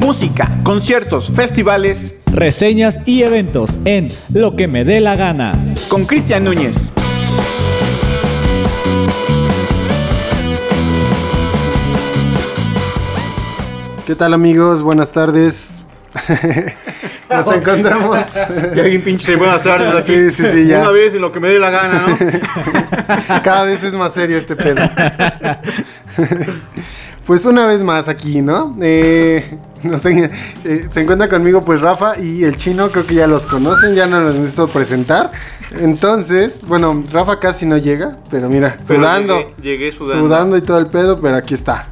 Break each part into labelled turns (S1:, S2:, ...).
S1: música, conciertos, festivales,
S2: reseñas y eventos en Lo que me dé la gana.
S1: con Cristian Núñez.
S3: ¿Qué tal amigos? Buenas tardes. Nos encontramos.
S4: Ya bien pinche de buenas tardes
S3: Sí,
S4: así.
S3: sí, sí, ya.
S4: Una vez en lo que me dé la gana, ¿no?
S3: Cada vez es más serio este pedo. Pues una vez más aquí, ¿no? Eh, nos en- eh, se encuentra conmigo pues Rafa y el chino, creo que ya los conocen, ya no los necesito presentar. Entonces, bueno, Rafa casi no llega, pero mira,
S4: Pero
S3: sudando.
S4: Llegué, llegué sudando.
S3: sudando. y todo el pedo, pero aquí está.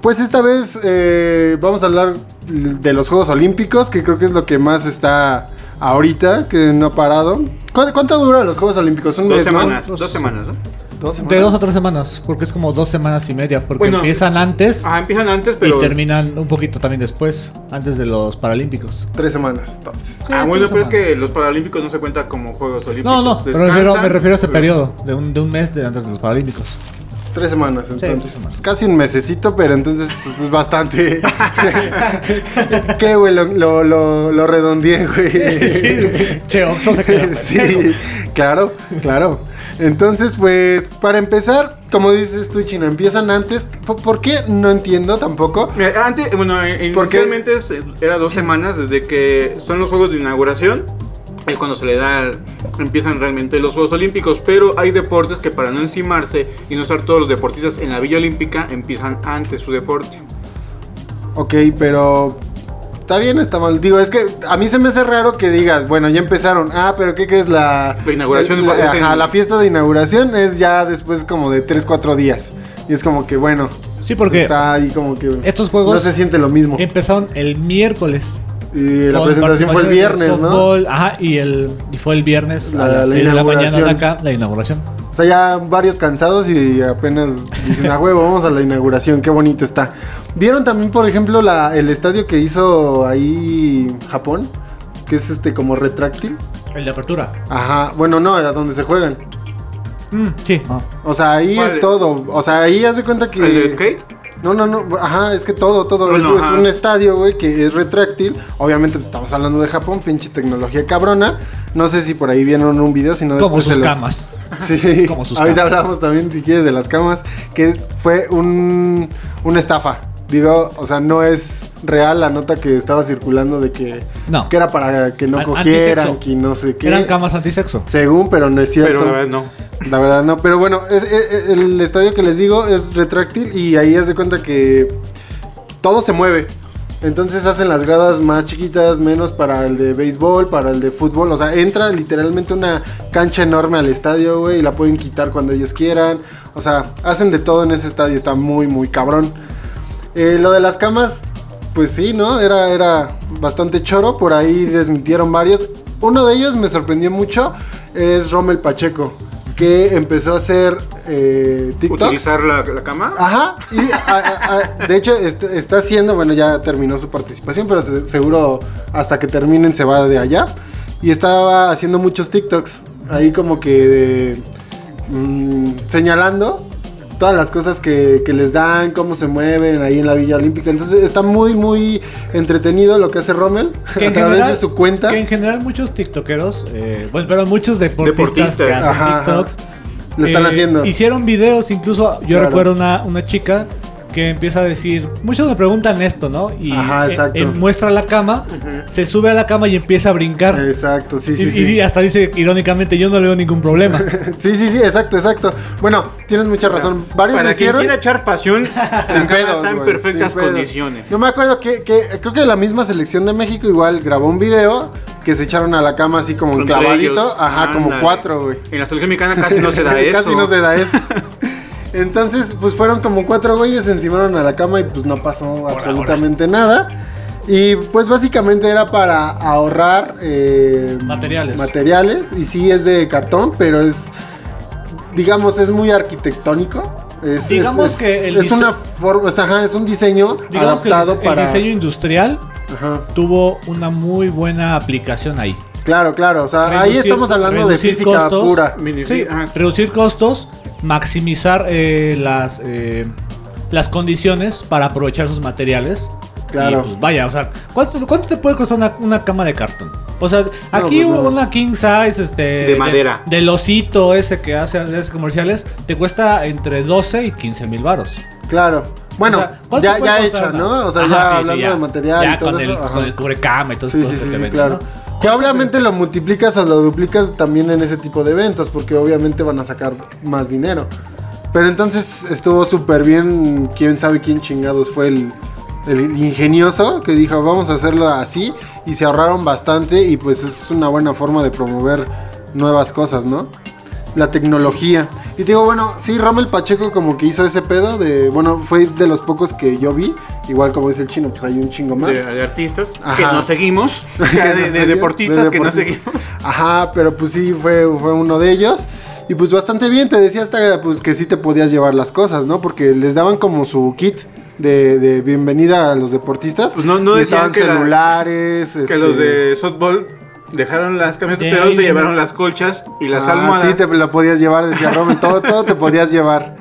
S3: Pues esta vez eh, vamos a hablar de los Juegos Olímpicos, que creo que es lo que más está ahorita, que no ha parado. ¿Cu- ¿Cuánto duran los Juegos Olímpicos? Un
S4: Dos
S3: mes, ¿no?
S4: semanas, dos semanas, ¿no?
S3: Dos semanas.
S2: De dos a tres semanas, porque es como dos semanas y media, porque
S4: Bueno,
S2: empiezan antes
S4: Ah, empiezan antes, pero.
S2: y terminan un poquito también después, antes de los Paralímpicos.
S3: Tres semanas, entonces.
S2: Sí,
S4: Ah, bueno, pero es
S2: semanas.
S4: que los Paralímpicos no se cuentan como Juegos Olímpicos.
S2: No, no, pero me
S4: Descansan,
S2: refiero, me refiero a ese
S4: pero-
S2: periodo, de un, de un mes de antes de los Paralímpicos.
S3: Tres semanas, entonces.
S2: tres semanas.
S3: Pues Casi un mesecito, pero entonces es bastante. ¿Qué, güey? Lo, lo, lo, lo redondeé, güey.
S2: che, Oxo se
S3: sí, claro, claro. Entonces, pues, para empezar, como dices tú, Chino, empiezan antes. ¿Por, por qué? No entiendo tampoco.
S4: Mira, antes, bueno, eh,
S3: ¿Por qué?
S4: inicialmente es- era dos semanas desde que son los Juegos de Inauguración. Es cuando se le da, empiezan realmente los Juegos Olímpicos, pero hay deportes que para no encimarse y no estar todos los deportistas en la Villa Olímpica empiezan antes su deporte.
S3: Ok, pero. ¿Está bien o está mal? Digo, es que a mí se me hace raro que digas, bueno, ya empezaron. Ah, pero ¿qué crees? La.
S4: La inauguración
S3: la-
S4: es en-
S3: ajá, la fiesta de inauguración es ya después como de 3-4 días. Y es como que, bueno.
S2: Sí, porque
S3: Está ahí como que.
S2: estos juegos-
S3: No se siente lo mismo.
S2: empezaron el miércoles.
S3: Y la
S2: con
S3: presentación fue
S2: participación
S3: el
S2: de
S3: viernes, ¿no?
S2: softball, Ajá, y, el, y fue el viernes
S3: La-
S2: a
S3: la
S2: las 6 de la mañana de
S3: inauguración.
S2: acá, la inauguración.
S3: O sea, ya varios cansados y apenas dicen, a huevo, vamos a la inauguración, qué bonito está. ¿Vieron también, por ejemplo, la, el estadio que hizo ahí Japón? Que es este como retráctil.
S2: El de apertura.
S3: Ajá, bueno, no, a donde se juegan.
S2: Mm, sí.
S3: O sea, ahí
S4: ¿Cuál?
S3: es todo. O sea, ahí haz de cuenta que.
S4: ¿El de skate?
S3: No, no, no. Ajá, es que todo, todo.
S4: Bueno,
S3: es, es
S4: ajá.
S3: un estadio, güey, que es retráctil. Obviamente, pues, estamos hablando de Japón, pinche tecnología cabrona. No sé si por ahí vieron un video, sino
S2: Como
S3: después
S2: sus
S3: se los-
S2: camas.
S3: Sí,
S2: Como sus
S3: ahorita
S2: camas.
S3: hablamos también, si quieres, de las camas, que fue un, una estafa. Digo, o sea, no es real la nota que estaba circulando de que,
S2: No.
S3: que era para que no
S2: An-
S3: cogieran,
S2: antisexo.
S3: que no sé qué.
S2: Eran camas antisexo.
S3: Según, pero no es cierto.
S4: Pero la verdad no.
S3: La verdad no, pero bueno, es- es- es- el estadio que les digo es retráctil y ahí haz de cuenta que todo se mueve. Entonces hacen las gradas más chiquitas, menos para el de béisbol, para el de fútbol. O sea, entra literalmente una cancha enorme al estadio, güey, y la pueden quitar cuando ellos quieran. O sea, hacen de todo en ese estadio, está muy, muy cabrón. Eh, lo de las camas, pues sí, ¿no? Era, era bastante choro, por ahí desmintieron varios. Uno de ellos me sorprendió mucho, es Rommel Pacheco, que empezó a hacer eh, TikToks.
S4: ¿Utilizar la, la cama?
S3: Ajá, y a- a- a- de hecho est- está haciendo, bueno, ya terminó su participación, pero se- seguro hasta que terminen se va de allá. Y estaba haciendo muchos TikToks, ahí como que mm, señalando todas las cosas que, que les dan, cómo se mueven ahí en la Villa Olímpica. Entonces está muy, muy entretenido lo que hace Rommel a través de su cuenta.
S2: que en general muchos tiktokeros, eh, bueno, pero muchos deportistas,
S4: Deportistas.
S2: que hacen
S3: Ajá,
S2: tiktoks.
S3: Lo están
S2: eh,
S3: haciendo.
S2: Hicieron videos, incluso yo
S3: Claro.
S2: recuerdo una, una chica que empieza a decir, muchos me preguntan esto, ¿no? Y
S3: Ajá,
S2: eh,
S3: exacto.
S2: eh, muestra la cama, se sube a la cama y empieza a brincar.
S3: Exacto, Eh, sí, sí.
S2: y,
S3: sí.
S2: y hasta dice irónicamente, yo no le veo ningún problema.
S3: Sí, sí, sí, exacto, exacto. Bueno, tienes mucha razón. Varios
S4: Para
S3: lo
S4: quien
S3: hicieron.
S4: quiera echar pasión,
S3: Sin
S4: la cama
S3: pedos,
S4: está en
S3: güey,
S4: perfectas
S3: sin pedos.
S4: condiciones.
S3: No me acuerdo que, que- creo que la misma selección de México igual grabó un video que se echaron a la cama así como un
S4: Entre
S3: clavadito,
S4: ellos,
S3: ajá, como
S4: ándale.
S3: cuatro, güey.
S4: En la selección mexicana casi no se da eso.
S3: Casi no se da eso. Entonces, pues fueron como cuatro güeyes, se encimaron a la cama y pues no pasó absolutamente nada. Y pues básicamente era para ahorrar eh,
S2: Materiales.
S3: materiales. Y sí es de cartón, pero es, digamos, es muy arquitectónico. Es, es-
S2: Digamos
S3: es-
S2: que el
S3: es
S2: dise-
S3: una forma, o sea, ajá, es un diseño
S2: Digamos que el,
S3: adaptado
S2: dise- el
S3: para.
S2: diseño industrial
S3: Ajá.
S2: tuvo una muy buena aplicación ahí.
S3: Claro, claro. O sea, ahí
S2: Reducir-
S3: estamos hablando de
S2: reducir
S3: física
S2: costos.
S3: pura.
S4: Mini-
S2: Sí,
S4: ajá.
S2: reducir costos, maximizar eh, las, eh, las condiciones para aprovechar sus materiales
S3: Claro.
S2: Y, pues vaya, o sea, ¿cuánto, cuánto te puede costar una, una cama de cartón? O sea, aquí
S3: pues, no.
S2: una king size, este...
S4: De madera.
S2: Del osito ese que hace, hace comerciales, te cuesta entre 12 y 15 mil varos.
S3: Claro. Bueno,
S2: O sea, ¿cuánto
S3: ya,
S2: puede
S3: ya
S2: costar
S3: hecha,
S2: una?
S3: ¿no? O sea,
S2: Ajá,
S3: ya
S2: sí, sí,
S3: hablando
S2: ya.
S3: de material
S2: Ya
S3: y todo
S2: con el,
S3: eso. ajá.
S2: con el cubrecama y todas
S3: Sí,
S2: esas
S3: sí,
S2: cosas
S3: sí,
S2: que te
S3: sí,
S2: venden,
S3: claro.
S2: ¿no?
S3: Que obviamente lo multiplicas o lo duplicas también en ese tipo de eventos, porque obviamente van a sacar más dinero. Pero entonces estuvo súper bien, quién sabe quién chingados fue el, el ingenioso que dijo vamos a hacerlo así y se ahorraron bastante y pues es una buena forma de promover nuevas cosas, ¿no? La tecnología. Y te digo, bueno, sí, Rommel Pacheco como que hizo ese pedo de, bueno, fue de los pocos que yo vi, igual como dice el chino, pues hay un chingo más.
S4: de, de artistas que
S3: Ajá.
S4: no seguimos,
S3: Que
S4: de,
S3: no
S4: de
S3: seguimos,
S4: deportistas
S3: de
S4: que no
S3: deportistas.
S4: seguimos.
S3: Ajá, pero pues sí, fue, fue uno de ellos. Y pues bastante bien, te decía hasta pues que sí te podías llevar las cosas, ¿no? Porque les daban como su kit de, de bienvenida a los deportistas.
S4: Pues no- no
S3: les
S4: decían
S3: daban
S4: que la-
S3: celulares. este,
S4: Que los de softball dejaron las camisetas,
S2: De
S4: pero
S2: ahí
S4: se
S2: viene.
S4: llevaron las colchas y las
S3: Ah,
S4: almohadas.
S3: Sí, te la podías llevar, decía Robin, todo, todo te podías llevar.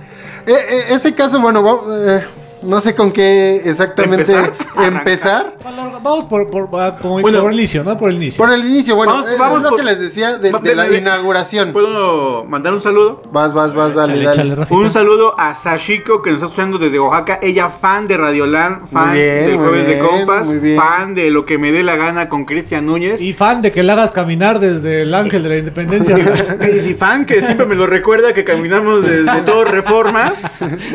S3: Eh, eh, ese caso, bueno, va- eh, no sé con qué exactamente
S4: ¿Empezar?
S3: empezar.
S2: Vamos por, por, por- como-
S4: Bueno.
S2: por el inicio, ¿no? Por el inicio.
S3: Por el inicio, bueno,
S4: Vamos-
S3: eh, es
S4: vamos
S3: lo
S4: por-
S3: que les decía de,
S4: Va- Pues-
S3: de la
S4: ve- ve-
S3: inauguración.
S4: ¿Puedo mandar un saludo?
S3: Vas, vas, vas, dale,
S2: Chale,
S3: dale.
S2: chale, Rafita.
S4: Un saludo a Sashiko que nos está escuchando desde Oaxaca. Ella fan de Radioland, fan
S3: Muy bien,
S4: del
S3: muy
S4: Jueves de
S3: bien,
S4: Compas,
S3: muy bien.
S4: fan de Lo que me dé la gana con Cristian Núñez. Y,
S2: Y fan de que le hagas caminar desde el ángel de la independencia.
S4: y fan que siempre me lo recuerda que caminamos desde todo Reforma,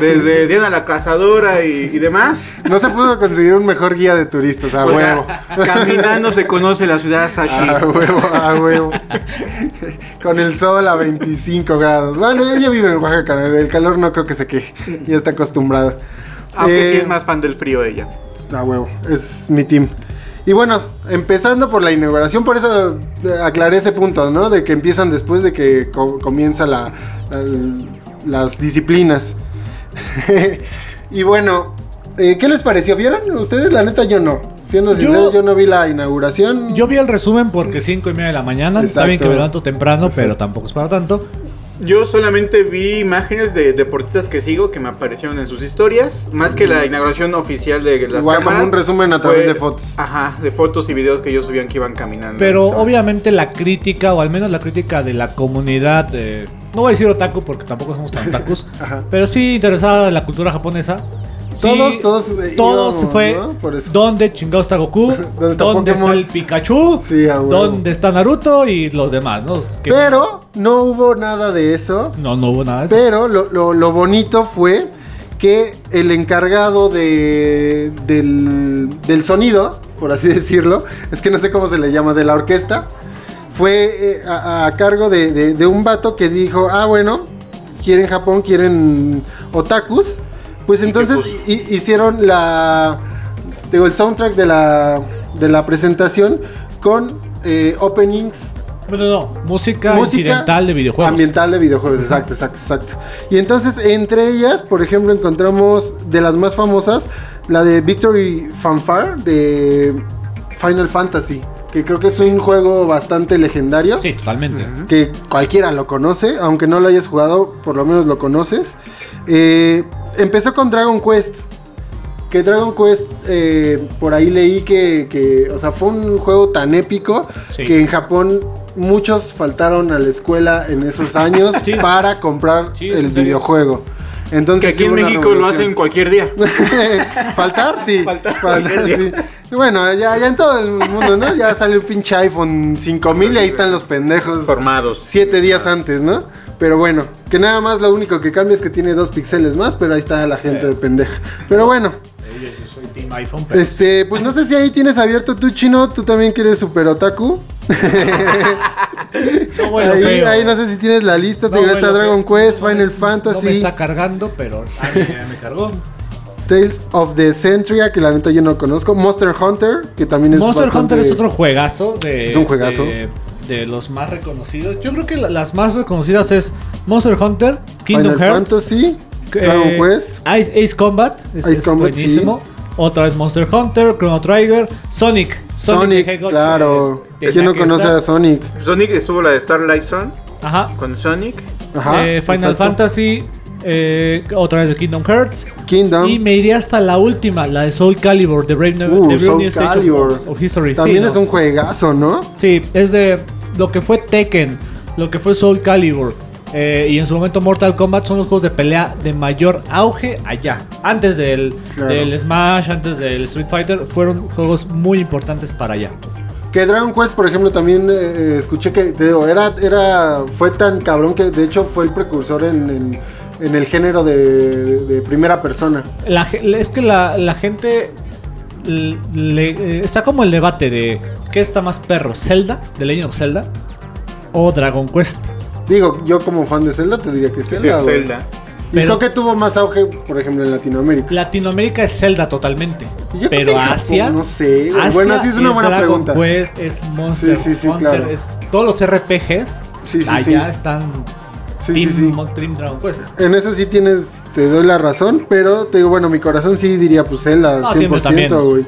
S4: desde Diana la Cazadora y, y demás.
S3: No se pudo conseguir un mejor guía de turistas, a
S4: O sea,
S3: huevo.
S4: caminando se conoce la ciudad
S3: A
S4: Sashiko.
S3: huevo, a huevo. Con el sol a 25 grados. Bueno, ella vive en Oaxaca, el calor no creo que se queje. Ya está acostumbrada.
S4: Aunque sí
S3: Eh,
S4: es más fan del frío ella.
S3: A huevo, es mi team. Y bueno, empezando por la inauguración, por eso eh, aclaré ese punto, ¿no? De que empiezan después de que co- comienza la, la- las disciplinas. y bueno, eh, ¿qué les pareció? ¿Vieron ustedes? La neta, yo no. Siendo
S2: Yo-
S3: sinceros, yo no vi la inauguración.
S2: Yo vi el resumen porque 5 y media de la mañana. Está
S3: Exacto.
S2: bien que me levanto temprano, pero
S3: Exacto.
S2: tampoco es para tanto.
S4: Yo solamente vi imágenes de deportistas que sigo que me aparecieron en sus historias, más que la inauguración oficial de las
S3: Igual como
S4: cámaras.
S3: un resumen a través de fotos.
S4: Ajá, de fotos y videos que ellos subían que iban caminando.
S2: Pero
S4: Entonces,
S2: obviamente la crítica, o al menos la crítica de la comunidad, eh, no voy a decir otaku porque tampoco somos tan otakus,
S3: Ajá.
S2: pero sí interesada en la cultura japonesa. Sí,
S3: Todos- todos, eh,
S2: todos
S3: íbamos,
S2: fue.
S3: ¿no? Por eso.
S2: ¿Dónde chingados está Goku?
S3: ¿Dónde está
S2: ¿Dónde está
S3: Pokémon?
S2: el Pikachu?
S3: Sí, a huevo.
S2: ¿Dónde está Naruto y los demás? ¿no? Que-
S3: Pero no hubo nada de eso.
S2: no, no hubo nada de eso.
S3: Pero lo, lo- lo bonito fue que el encargado de, del, del sonido, por así decirlo, es que no sé cómo se le llama, de la orquesta, fue eh, a, a cargo de, de- de un vato que dijo, ah, bueno, quieren Japón, quieren otakus. Pues entonces
S4: puso?
S3: hi- hicieron la, digo, el soundtrack de la, de la presentación con eh, openings
S2: Bueno, no, música, incidental de videojuegos.
S3: Ambiental de videojuegos, exacto, exacto, exacto. Y entonces, entre ellas, por ejemplo, encontramos de las más famosas, la de Victory Fanfare de Final Fantasy, que creo que es un juego bastante legendario.
S2: Sí, totalmente.
S3: Que cualquiera lo conoce, aunque no lo hayas jugado, por lo menos lo conoces. Eh, empezó con Dragon Quest. Que Dragon Quest, eh, por ahí leí que, que, o sea, fue un juego tan épico
S2: Sí.
S3: que en Japón muchos faltaron a la escuela en esos años
S2: Sí.
S3: para comprar
S2: Sí, es
S3: el
S2: en serio.
S3: videojuego.
S4: que
S3: Entonces,
S4: aquí en
S3: hubo una
S4: México lo
S3: revolución.
S4: hacen cualquier día.
S3: Faltar, sí.
S4: Faltar,
S3: Faltar,
S4: cualquier día.
S3: sí. Bueno, ya, ya en todo el mundo, ¿no? Ya salió un pinche iPhone 5000 y ahí están los pendejos.
S4: Formados.
S3: Siete días antes, ¿no? Pero bueno, que nada más lo único que cambia es que tiene dos píxeles más, pero ahí está la gente de pendeja. Pero bueno,
S2: Yo, soy Team iPhone, pero
S3: este, pues no sé si ahí tienes abierto tu chino, tú también que eres super otaku.
S2: no huele
S3: ahí,
S2: feo.
S3: ahí no sé si tienes la lista, te
S2: No
S3: digo,
S2: huele
S3: está
S2: feo.
S3: Dragon Quest,
S2: No me-
S3: Final
S2: No me
S3: Fantasy,
S2: está cargando, pero ah, ya, ya me cargó.
S3: Tales of the Centria, que la neta yo no conozco, Monster Hunter, que también es
S2: Monster
S3: bastante-
S2: Hunter es otro juegazo de.
S3: Es un juegazo.
S2: De, de los más reconocidos. Yo creo que la- las más reconocidas es Monster Hunter, Kingdom
S3: Final
S2: Hearts,
S3: Fantasy,
S2: eh,
S3: Dragon Quest.
S2: Ice, Ace Combat. Es,
S3: Ace
S2: es
S3: Combat,
S2: buenísimo. Otra es Monster Hunter, Chrono Trigger, Sonic.
S3: Sonic,
S2: the Hedgehog,
S3: claro.
S2: eh,
S3: ¿Quién
S2: tenía
S3: no
S2: que
S3: conoce
S2: estar.
S3: a Sonic?
S4: Sonic estuvo la de Starlight Zone
S2: Ajá.
S4: con Sonic.
S3: Ajá.
S2: Eh, Final
S3: exacto.
S2: Fantasy, eh, otra vez de Kingdom Hearts.
S3: Kingdom.
S2: Y me iría hasta la última, la de Soul Calibur, The Brave, New-
S3: Uh,
S2: The Brave
S3: Soul
S2: New Stage of-
S3: Calibur.
S2: of, History. Sí,
S3: También
S2: no.
S3: es un juegazo, ¿no?
S2: Sí, es de lo que fue Tekken, lo que fue Soul Calibur eh, y en su momento Mortal Kombat son los juegos de pelea de mayor auge allá. Antes del,
S3: Claro.
S2: del Smash, antes del Street Fighter, fueron juegos muy importantes para allá.
S3: Que Dragon Quest, por ejemplo, también eh, escuché que te digo, era, era, fue tan cabrón que de hecho fue el precursor en, en- en el género de, de primera persona.
S2: La ge- es que la, la gente l- le- eh, está como el debate de ¿qué está más perro? ¿Zelda? ¿The Legend of Zelda? ¿O Dragon Quest?
S3: Digo, yo como fan de Zelda te diría que es
S4: Sí,
S3: Zelda. güey.
S4: Zelda.
S3: Y
S2: Pero-
S3: creo que tuvo más auge, por ejemplo, en Latinoamérica.
S2: Latinoamérica es Zelda totalmente.
S3: Yo creo que
S2: pero
S3: Japón,
S2: Asia.
S3: no sé, güey. Bueno, sí es una buena
S2: Dragon
S3: pregunta.
S2: Quest, es Monster
S3: Sí, sí, sí,
S2: Hunter,
S3: claro.
S2: es todos los RPGs.
S3: Sí, sí,
S2: allá
S3: sí.
S2: están
S3: Sí,
S2: Team,
S3: sí, sí.
S2: Mon- Team Dragon Quest.
S3: En eso sí tienes, te doy la razón, pero te digo, bueno, mi corazón sí diría pues Zelda,
S2: No, siempre
S3: 100%,
S2: también.
S3: güey.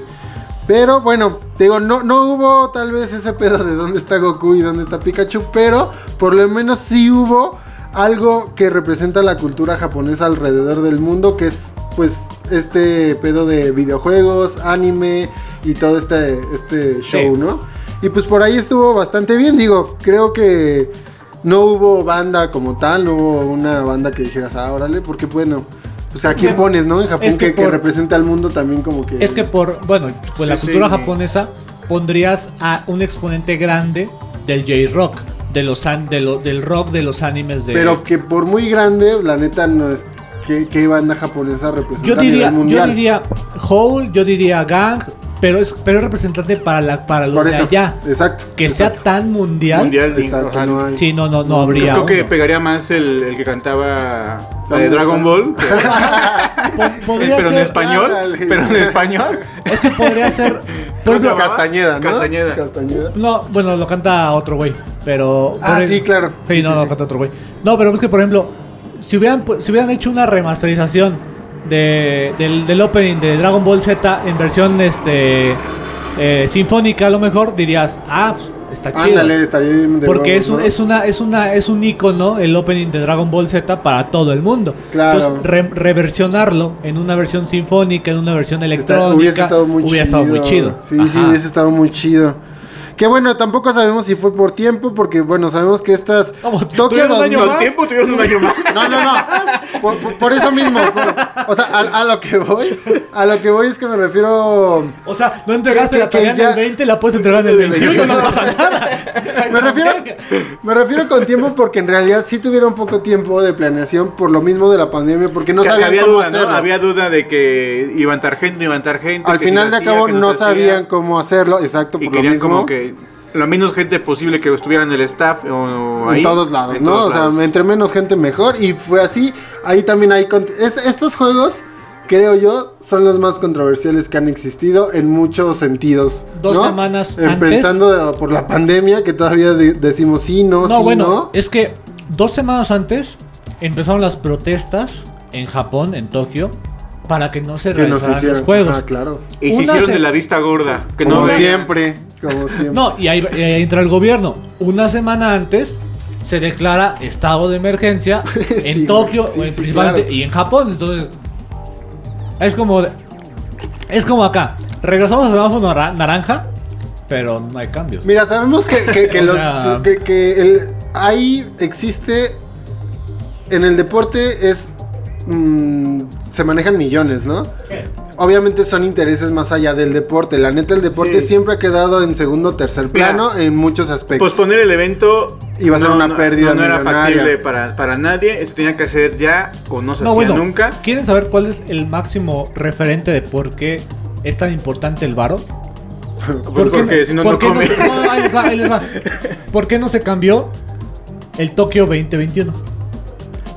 S3: Pero bueno, te digo, no, no hubo tal vez ese pedo de dónde está Goku y dónde está Pikachu, pero por lo menos sí hubo algo que representa la cultura japonesa alrededor del mundo, que es pues este pedo de videojuegos, anime y todo este, este show,
S2: Sí.
S3: ¿no? Y pues por ahí estuvo bastante bien, digo, creo que no hubo banda como tal, no hubo una banda que dijeras, ah, órale, porque bueno, pues a quién pones, ¿no? En Japón
S2: Es
S3: que,
S2: que
S3: que
S2: por-
S3: representa al mundo también como que...
S2: Es que por, bueno, pues la
S4: Sí,
S2: cultura
S4: sí.
S2: japonesa pondrías a un exponente grande del J-Rock, de los an- de lo- del rock de los animes de
S3: Pero que por muy grande, la neta no es... ¿Qué, qué banda japonesa representa
S2: Yo
S3: a nivel
S2: diría, yo
S3: mundial?
S2: diría Hole, yo diría Gang, pero es pero es representante para la para los
S3: Por
S2: de
S3: eso,
S2: allá.
S3: Exacto.
S2: Que sea
S3: exacto.
S2: tan mundial.
S4: Mundial, de-
S3: Exacto,
S4: ajá.
S3: no hay-
S2: Sí, no, no, no
S4: Yo
S2: habría.
S4: creo que
S2: uno.
S4: pegaría más el, el que cantaba la
S3: ¿Dónde
S4: de Dragon
S3: está?
S4: Ball,
S2: Po- podría
S4: pero en
S2: ser-
S4: español,
S3: Ándale.
S4: pero en español.
S2: Es que podría ser. Por
S4: ¿Cómo se
S2: ejemplo,
S4: llamaba?
S3: Castañeda, ¿no?
S4: Castañeda.
S3: Castañeda.
S2: no, bueno, lo canta otro güey, pero.
S3: Ah,
S2: por el-
S3: sí, claro.
S2: Sí,
S3: Sí,
S2: no,
S3: sí,
S2: lo
S3: sí.
S2: canta otro güey. No, pero es que, por ejemplo, si hubieran, pu- si hubieran hecho una remasterización de, del, del opening de Dragon Ball Z en versión este eh, sinfónica, a lo mejor dirías, ah, pues, está chido.
S3: Ándale, estaría bien de
S2: Porque es,
S3: huevos,
S2: un-
S3: ¿no?
S2: es una es una es un icono el opening de Dragon Ball Z para todo el mundo.
S3: Claro.
S2: Entonces re- reversionarlo en una versión sinfónica, en una versión
S3: Está-
S2: electrónica,
S3: hubiese estado muy
S2: hubiera
S3: chido.
S2: estado muy chido.
S3: Sí, sí,
S2: Ajá.
S3: hubiese estado muy chido. Que bueno, tampoco sabemos si fue por tiempo, porque bueno, sabemos que estas.
S2: Como
S3: Tokio
S2: tuvieron un año
S3: 2000
S4: Al tiempo tuvieron un año más.
S3: No, no, no. Por, por- por eso mismo. por- o sea, a, a lo que voy. A lo que voy es que me refiero.
S2: O sea, no entregaste
S3: Que-
S2: la
S3: que
S2: tarea en
S3: ya-
S2: el 20, la puedes entregar en el 21, no pasa nada.
S3: Me refiero, me refiero con tiempo porque en realidad sí tuvieron poco tiempo de planeación por lo mismo de la pandemia, porque no
S4: Que- que
S3: sabían
S4: había
S3: cómo
S4: duda, ¿no?
S3: hacerlo.
S4: Había duda de que iban tarjeta, no iban tarjeta.
S3: Al final de cabo no sabían cómo hacerlo, exacto,
S4: Y
S3: por lo
S4: querían
S3: mismo.
S4: como que la menos gente posible que estuviera en el staff o, o ahí.
S3: en todos lados,
S4: en
S3: ¿no?
S4: todos
S3: o sea,
S4: lados.
S3: entre menos gente mejor. Y fue así. Ahí también hay. cont- est- estos juegos, creo yo, son los más controversiales que han existido en muchos sentidos.
S2: Dos
S3: ¿no?
S2: semanas
S3: Eh,
S2: antes.
S3: Pensando por la pandemia, que todavía de- decimos sí, no,
S2: No,
S3: sí,
S2: bueno,
S3: no.
S2: es que dos semanas antes empezaron las protestas en Japón, en Tokio, para que no se
S3: Que nos
S2: realizaran los
S3: hicieron.
S2: juegos.
S3: Ah, claro.
S4: y se
S2: una
S4: hicieron
S2: se-
S4: de la vista gorda. Que
S3: como
S4: no ven-
S3: siempre. Como siempre.
S2: No, y ahí, y ahí entra el gobierno. Una semana antes se declara estado de emergencia en
S3: Sí,
S2: Tokio,
S3: sí,
S2: en-
S3: sí,
S2: principalmente,
S3: claro.
S2: y en Japón. Entonces, es como, de- es como acá. Regresamos al semáforo nara- naranja, pero no hay cambios.
S3: Mira, sabemos que, que- que
S2: O
S3: los-
S2: sea-
S3: que- que el- ahí existe. En el deporte es. mm, se manejan millones, ¿no? Obviamente son intereses más allá del deporte. La neta, el deporte
S4: Sí.
S3: siempre ha quedado en segundo o tercer
S4: Mira, pues
S3: plano en muchos aspectos.
S4: Posponer el evento
S3: Iba a ser
S4: no-
S3: una
S4: no-
S3: pérdida
S4: No, no era
S3: millonaria.
S4: factible para, para nadie. Se tenía que hacer ya o no se
S2: No,
S4: hacía
S2: bueno,
S4: nunca.
S2: ¿quieren saber cuál es el máximo referente de por qué es tan importante el varo?
S4: Pues porque
S2: no-
S4: si no,
S2: por
S4: no
S2: qué no
S4: comes.
S2: se- no, ahí les va, ahí les va. ¿Por qué no se cambió el Tokio 2021?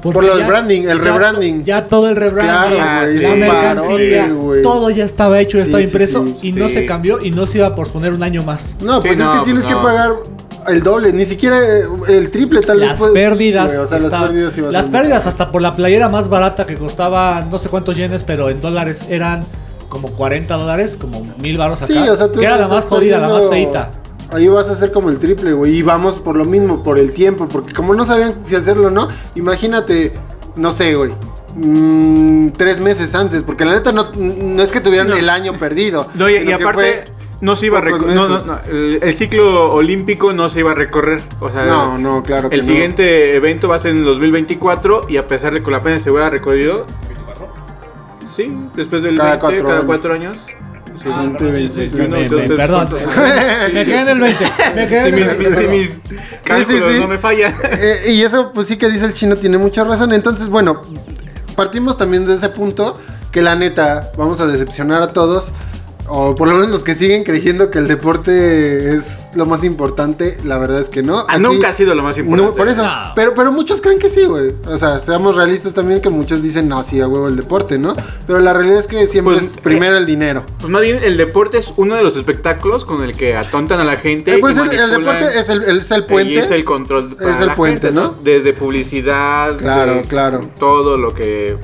S3: Por lo del branding, el
S2: ya-
S3: rebranding.
S2: Ya todo el rebranding.
S4: Ah,
S3: Claro, güey.
S4: sí.
S3: es
S2: la
S3: un
S2: mercancía,
S3: parote, güey.
S2: todo ya estaba hecho, ya
S3: Sí,
S2: estaba
S3: sí,
S2: impreso
S3: sí,
S2: y no
S4: sí.
S2: se cambió y no se iba a posponer un año más.
S3: No,
S4: Sí,
S3: pues es
S4: no,
S3: que tienes
S4: pues
S3: que
S4: no.
S3: pagar el doble, ni siquiera eh, el triple, tal vez.
S2: Las
S3: puedes-
S2: pérdidas,
S3: güey, o sea,
S2: estaban-
S3: las pérdidas, iba a
S2: las
S3: ser-
S2: pérdidas hasta por la playera más barata que costaba no sé cuántos yenes, pero en dólares eran como 40 dólares, como mil baros acá.
S3: Sí, o sea, tú
S2: que era la
S3: estás
S2: más jodida, la más
S3: perdiendo-
S2: feita.
S3: Ahí vas a hacer como el triple, güey. Y vamos por lo mismo, por el tiempo. Porque como no sabían si hacerlo o no, imagínate no sé, güey. mm, tres meses antes, porque la neta no, no es que tuvieran
S4: No.
S3: el año perdido.
S4: No, y, y
S3: sino que
S4: aparte,
S3: fue-
S4: no se iba a
S3: pocos
S4: recorrer. no, no,
S3: meses.
S4: no, el, el ciclo olímpico no se iba a recorrer. O sea,
S3: No, no, claro que
S4: eh, el
S3: no.
S4: siguiente evento va a ser en el 2024 y a pesar de que la pena se hubiera recorrido. Sí, después del
S3: Cada
S4: 20,
S3: cuatro
S4: cada
S3: años.
S4: cuatro años. Sí,
S3: Ah,
S4: veinte,
S3: perdón,
S4: veinte,
S3: sí, sí,
S4: veintiuno,
S2: me- me-
S4: entonces,
S2: perdón.
S4: ¿cuántos?
S2: Me quedé en el 20. Me quedé
S4: Si
S2: en el 20.
S4: mis, mis- si mis cálculos
S3: sí.
S4: no me fallan.
S3: Eh, y eso, pues sí que dice el chino, tiene mucha razón. Entonces, bueno, partimos también de ese punto que la neta, vamos a decepcionar a todos, o por lo menos los que siguen creyendo que el deporte es lo más importante, la verdad es que no.
S4: Ah,
S3: Aquí-
S4: Nunca ha sido lo más importante.
S3: No, por eso.
S2: No.
S3: Pero, pero muchos creen que sí, güey. O sea, seamos realistas también que muchos dicen, no, sí, a huevo el deporte, ¿no? Pero la realidad es que siempre
S4: Pues,
S3: es primero el dinero.
S4: Pues más bien, el deporte es uno de los espectáculos con el que atontan a la gente.
S3: Eh, pues
S4: y
S3: el, el
S4: manipulan- Eh,
S3: deporte es el, es el
S4: Y
S3: puente.
S4: es el control. para
S3: Es el
S4: la
S3: puente, ¿no?
S4: Desde publicidad.
S3: Claro,
S4: de
S3: claro.
S4: Todo lo que.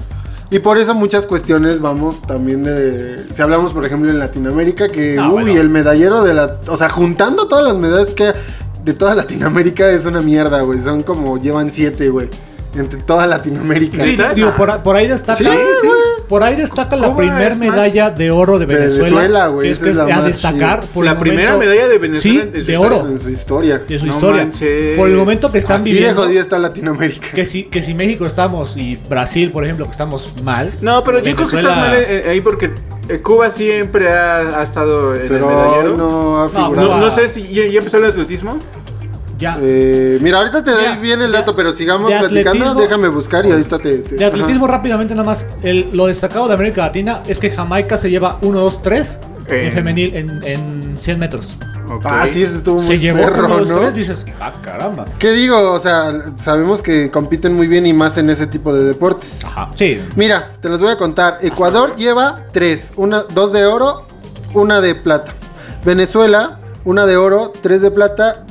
S3: Y por eso muchas cuestiones vamos también de... Si hablamos, por ejemplo, en Latinoamérica, que...
S2: Ah,
S3: uy,
S2: bueno.
S3: el medallero de la... O sea, juntando todas las medallas que... De toda Latinoamérica es una mierda, güey. Son como... Llevan siete, güey. Entre toda Latinoamérica.
S4: Sí,
S2: Sí, digo, por, por ahí destaca.
S3: Sí, güey.
S2: Por ahí destaca la
S4: Cuba
S2: primer
S4: es más-
S2: medalla de oro de
S3: De
S2: Venezuela.
S3: Venezuela, güey,
S2: que Es
S3: esa
S2: que es
S3: es la
S2: a
S3: más
S2: destacar
S3: chida.
S2: por el
S4: La primera
S2: momento-
S4: medalla de Venezuela
S2: Sí,
S4: en su
S2: de
S4: historia.
S2: oro.
S3: En su historia.
S2: De su
S4: No
S2: historia.
S4: manches.
S2: Por el momento que están
S3: Así
S2: viviendo.
S3: de jodida está Latinoamérica.
S2: Que si, que si México estamos y Brasil, por ejemplo, que estamos mal.
S4: No, pero yo creo que
S2: Venezuela-
S4: estás mal eh, ahí porque eh, Cuba siempre ha, ha estado en
S3: Pero
S4: el medallero.
S3: hoy no ha
S2: No,
S3: figurado.
S4: No, no sé si ya, ya empezó el atletismo.
S2: Ya.
S3: Eh, mira, ahorita te doy
S2: Mira,
S3: bien el
S2: de-
S3: dato, pero sigamos
S2: de
S3: platicando.
S2: atletismo-
S3: Déjame buscar y ahorita te... te-
S2: De
S3: ajá.
S2: atletismo rápidamente nada más, el- lo destacado de América Latina es que Jamaica se lleva 1, 2, 3
S4: Eh.
S2: en femenil en, en 100 metros.
S4: Ok.
S3: Ah, sí, ese estuvo
S2: Se
S3: muy
S2: llevó
S3: perro,
S2: 1, 2,
S3: ¿no?
S2: 3, dices, ah, caramba.
S3: ¿Qué digo? O sea, sabemos que compiten muy bien y más en ese tipo de deportes.
S2: Ajá, sí.
S3: Mira, te los voy a contar. Ecuador lleva tres, una, dos de oro, una de plata. Venezuela, una de oro, tres de plata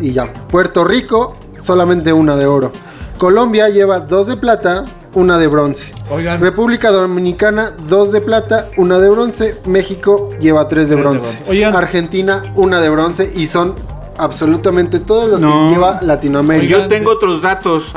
S3: y ya. Puerto Rico, solamente una de oro. Colombia lleva dos de plata, una de bronce.
S2: Oigan.
S3: República Dominicana, dos de plata, una de bronce. México lleva tres de
S2: Tres de
S3: bronce.
S2: bronce. Oigan.
S3: Argentina, una de bronce. Y son absolutamente todos los
S4: No.
S3: que lleva Latinoamérica.
S4: Yo tengo otros datos.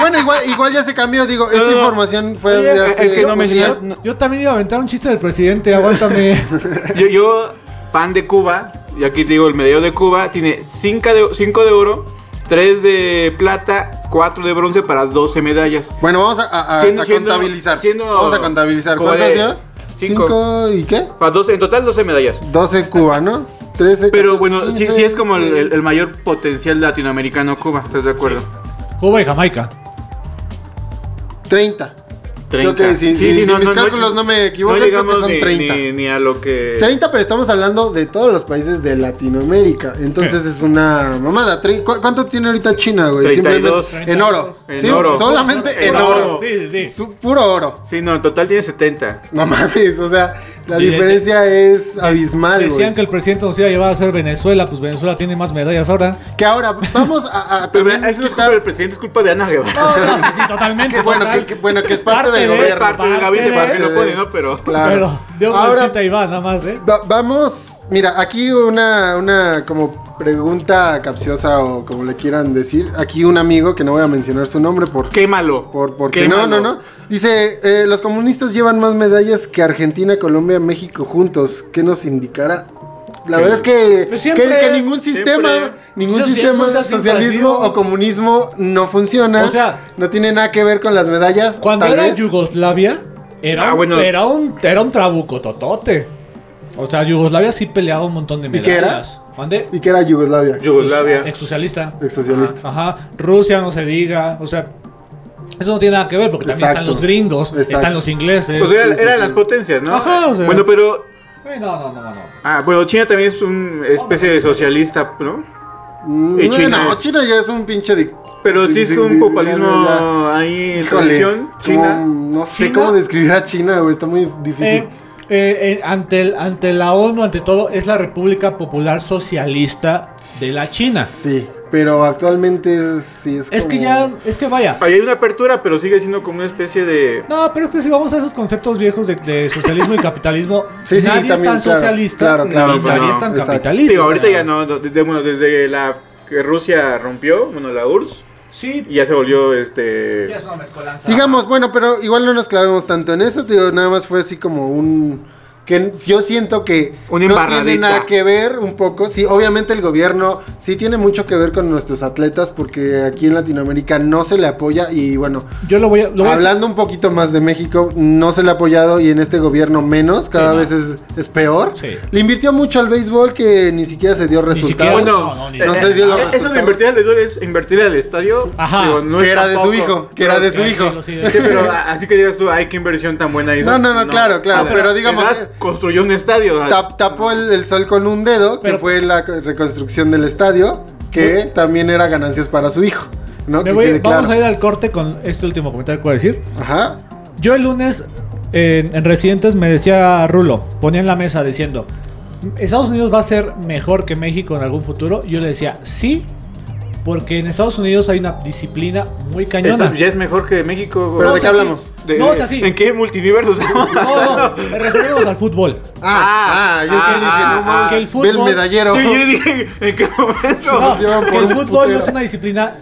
S3: Bueno, igual, igual ya se cambió, digo, esta
S4: No, no, no.
S3: información fue
S4: Oye,
S3: de
S4: es
S3: hace
S4: que no
S3: un
S4: mencionaron-
S3: día.
S4: No.
S2: Yo también iba a aventar un chiste del presidente, aguántame.
S4: yo, yo, fan de Cuba, y aquí digo, el medallero de Cuba tiene 5 de, cinco de oro, 3 de plata, 4 de bronce para 12 medallas.
S3: Bueno, vamos a, a- a-
S4: Siendo-
S3: a
S4: siendo-
S3: contabilizar.
S4: siendo-
S3: vamos a contabilizar.
S4: como
S3: ¿Cuántas
S4: de
S3: lleva?
S4: cinco.
S3: Cinco y qué?
S4: Para 12, en total 12 medallas.
S3: 12 Cuba, ¿no? 13.
S4: Pero
S3: 14,
S4: bueno, sí,
S3: 15,
S4: sí es como el, el-
S3: 16.
S4: el mayor potencial latinoamericano Cuba, ¿estás de acuerdo?
S2: Cuba y Jamaica.
S3: 30.
S4: 30.
S3: Creo que sí, sí, si mis cálculos no me equivocan, creo que
S4: llegamos
S3: son
S4: ni-
S3: 30.
S4: Ni, ni a lo que...
S3: 30, pero estamos hablando de todos los países de Latinoamérica. Entonces
S4: Eh.
S3: es una mamada. Tre- ¿cu- ¿Cuánto tiene ahorita China, güey?
S4: 32.
S3: Simplemente en oro.
S4: En
S3: Sí,
S4: oro.
S3: Solamente en
S4: En oro.
S3: oro.
S2: Sí, sí, sí.
S3: Su- Puro oro.
S4: Sí, no, en total tiene 70.
S3: No mames, o sea, la
S2: Y de-
S3: diferencia es abismal,
S2: Decían
S3: güey.
S2: que el presidente nos iba a llevar a ser Venezuela, pues Venezuela tiene más medallas ahora.
S3: Que ahora vamos a, a
S4: Pero
S3: también
S4: mira, eso no es culpa
S3: quitar-
S4: del presidente, es culpa de Ana Guevara.
S2: No, sí, sí, totalmente.
S3: que bueno,
S2: total.
S3: que, que Ah, bueno, que es parte,
S2: Parte
S3: del
S2: de-
S3: gobierno.
S4: parte del gabinete para que lo
S3: eh,
S4: pone, ¿no? Pero...
S3: Claro.
S2: Pero dio una
S3: ahora
S2: chita y va, nada más, ¿eh?
S3: va- vamos, mira, aquí una, una como pregunta capciosa o como le quieran decir. Aquí un amigo que no voy a mencionar su nombre por
S4: Quémalo.
S3: Por, porque no, no, no. Dice, eh, los comunistas llevan más medallas que Argentina, Colombia, México juntos. ¿Qué nos indicará? La
S4: Que-
S3: verdad es que,
S2: Pues siempre-
S3: que- que ningún sistema,
S4: siempre.
S3: ningún
S2: Social-
S3: sistema
S2: social-
S3: socialismo
S2: simpatía.
S3: o comunismo no funciona.
S2: O sea-
S3: no tiene nada que ver con las medallas.
S2: Cuando
S3: tal
S2: era
S3: vez.
S2: Yugoslavia, era,
S4: Ah,
S2: un-
S4: bueno.
S2: era un era un trabuco totote. O sea, Yugoslavia sí peleaba un montón de
S3: ¿Y qué era?
S2: medallas. ¿Mande?
S3: ¿Y que era Yugoslavia?
S4: Yugoslavia.
S2: Ex socialista.
S3: Ex socialista.
S2: Ajá. Rusia no se diga. O sea, eso no tiene nada que ver porque también
S3: Exacto.
S2: están los gringos,
S3: Exacto.
S2: están los ingleses.
S4: O sea,
S3: Sí,
S4: eran
S3: sí, sí.
S4: las potencias, ¿no?
S2: Ajá, o sea.
S4: Bueno, pero...
S2: Ay, no, no, no, no, no.
S4: Ah, bueno, China también es una especie de socialista, ¿no?
S3: Mm,
S4: Y China
S3: no,
S4: es-
S3: China ya es un pinche dic-
S4: Pero sí es
S3: dic-
S4: un
S3: dic-
S4: populismo
S3: ya, ya,
S4: ahí
S3: ya.
S4: en
S3: Híjole,
S4: coalición
S3: como-
S4: china.
S3: no sé
S2: China-
S3: cómo describir a China, güey. Está muy difícil.
S2: Eh, eh, eh, ante, el- ante la ONU, ante todo, es la República Popular Socialista de la China.
S3: Sí, pero actualmente es- sí es
S2: Es que
S3: como-
S2: ya, es que vaya.
S4: Ahí hay una apertura, pero sigue siendo como una especie de...
S2: No, pero es que si vamos a esos conceptos viejos de, de socialismo y capitalismo,
S3: Sí, sí,
S2: nadie
S3: también,
S2: es tan
S3: claro,
S2: socialista
S3: claro,
S4: claro,
S2: ni
S4: pues
S2: nadie
S4: no,
S2: es tan
S3: exacto.
S2: capitalista.
S4: Digo,
S2: o
S4: ahorita
S2: sea,
S4: ya no, de- de- bueno, desde la que Rusia rompió, bueno, la URSS,
S2: Sí,
S4: Y ya se volvió este.
S2: ya es una mezcolanza.
S3: Digamos, bueno, pero igual no nos clavemos tanto en eso, te digo, nada más fue así como un que yo siento que
S4: Una
S3: no tiene
S4: embarradita.
S3: nada que ver un poco. Sí, obviamente el gobierno sí tiene mucho que ver con nuestros atletas porque aquí en Latinoamérica no se le apoya y bueno,
S2: Yo lo voy a. Lo voy a-
S3: hablando un poquito más de México, no se le ha apoyado y en este gobierno menos, cada
S2: no.
S3: vez es, es peor.
S2: Sí.
S3: Le invirtió mucho al béisbol que ni siquiera se dio resultado.
S2: siquiera-
S4: Bueno,
S2: No, no, ni-
S4: eh,
S3: no se dio los
S4: eh, Eso
S3: resultados.
S4: de invertir al estadio es invertir al estadio.
S2: Ajá.
S4: no
S3: Que
S4: es
S3: era de su
S4: tampoco-
S3: hijo, que era de su
S2: Eh, Sí,
S3: hijo.
S2: lo sí,
S4: Sí, pero a- así que digas tú, ay, qué inversión tan buena hizo.
S3: No, no, no, claro, claro,
S4: Ah,
S3: pero digamos,
S4: Además,
S3: eh,
S4: construyó un estadio. o sea,
S3: Tap- tapó el, el sol con un dedo,
S2: Pero- ¿Eh?
S3: que fue la reconstrucción del estadio, que también era ganancias para su hijo, ¿no?
S2: Me
S3: Que
S2: voy-
S3: quede
S2: Vamos a
S3: claro.
S2: ir al corte con este último comentario que voy a decir.
S3: Ajá. Ah,
S2: Yo el lunes eh, en Residentes me decía Rulo, ponía en la mesa diciendo, ¿Estados Unidos va a ser mejor que México en algún futuro? Yo le decía, sí, porque en Estados Unidos hay una disciplina muy cañona.
S4: esto ya es mejor que México. güey.
S3: ¿Pero
S2: No, o
S3: de qué
S2: sea, sí.
S3: hablamos?
S4: De-
S2: No, o sea, sí.
S4: ¿En qué multiverso estamos?
S2: No, no, referimos al fútbol.
S3: Ah, ah, yo sí
S4: ah,
S3: dije,
S4: ah,
S3: no mames,
S2: que el
S3: ve el
S2: fútbol-
S3: medallero.
S4: Sí, yo dije, ¿en qué momento?
S2: No,
S3: Nos llevan
S2: que
S3: por
S2: el
S3: un
S2: fútbol no
S3: putero.
S2: es una disciplina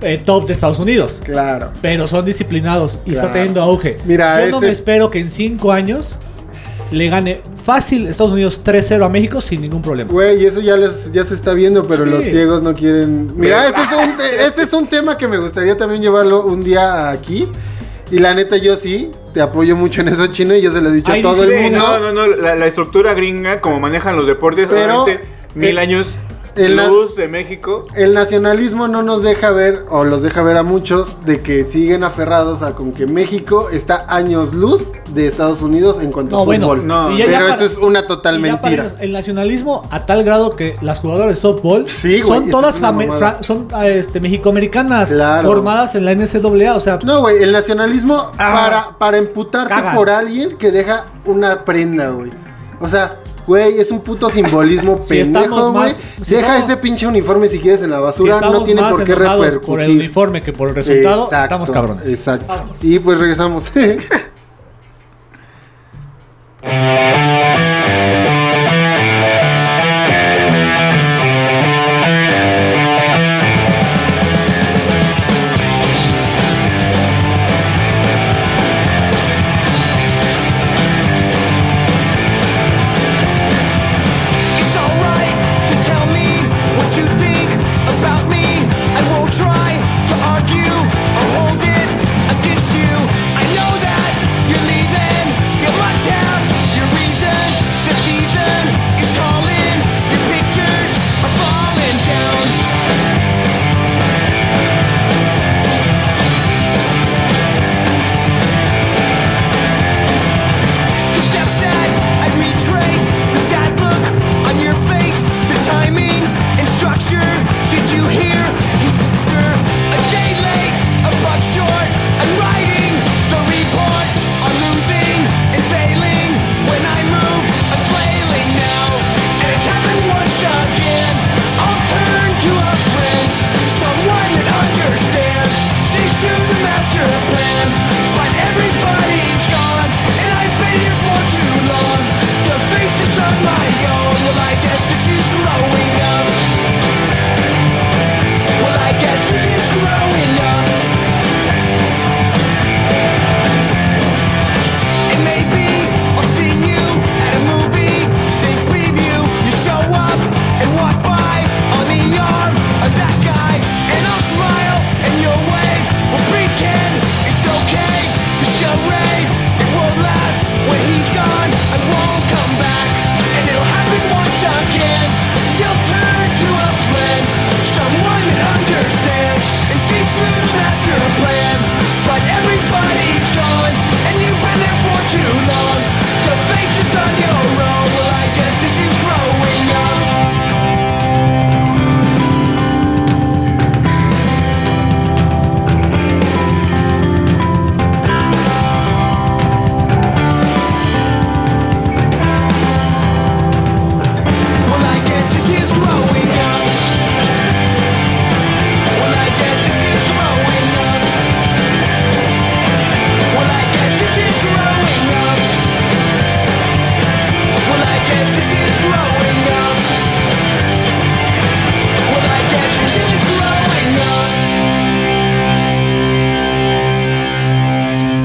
S2: eh, top de Estados Unidos.
S3: Claro.
S2: Pero son disciplinados y
S3: Claro.
S2: está teniendo auge.
S3: Mira,
S2: Yo no
S3: ese-
S2: me espero que en cinco años le gane fácil Estados Unidos 3-0 a México sin ningún problema.
S3: Güey, eso ya, les- ya se está viendo, pero
S2: Sí.
S3: los ciegos no quieren... Mira, este es, un, te- este es un tema que me gustaría también llevarlo un día aquí. Y la neta, yo sí, te apoyo mucho en eso, chino, y yo se lo he dicho
S2: Ay,
S3: a todo
S2: dice,
S3: el
S4: Sí,
S3: mundo.
S4: No, no, no, la, la estructura gringa, como manejan los deportes,
S3: Pero,
S4: obviamente, mil
S3: eh,
S4: años
S3: en la-
S4: luz de México.
S3: El nacionalismo no nos deja ver, o los deja ver a muchos, de que siguen aferrados a con que México está años luz de Estados Unidos en cuanto
S2: No,
S3: a
S2: bueno,
S3: fútbol.
S4: no,
S2: y ya- ya
S3: pero
S2: para-
S3: eso es una total
S2: Y ya para
S3: mentira.
S2: ellos, El nacionalismo a tal grado que las jugadoras de softball
S3: Sí, güey,
S2: son
S3: eso
S2: todas
S3: es una
S2: fame-
S3: mamada.
S2: fra- son ah, este, mexicoamericanas
S3: Claro.
S2: formadas en la NCAA, o sea,
S3: No, güey, el nacionalismo
S2: Ah.
S3: para, para emputarte
S2: Caga.
S3: por alguien que deja una prenda, güey. O sea, güey, es un puto simbolismo
S2: Si
S3: pendejo,
S2: estamos
S3: güey.
S2: más- si
S3: deja
S2: estamos-
S3: ese pinche uniforme si quieres en la
S2: si
S3: basura,
S2: estamos
S3: no tiene
S2: más
S3: por qué
S2: enojados
S3: repercutir.
S2: por el uniforme que por el resultado, estamos cabrones.
S3: Exacto.
S2: Vámonos.
S3: Y pues regresamos.
S5: It's alright to tell me what you think about me. I won't try to argue or hold it against you. I know that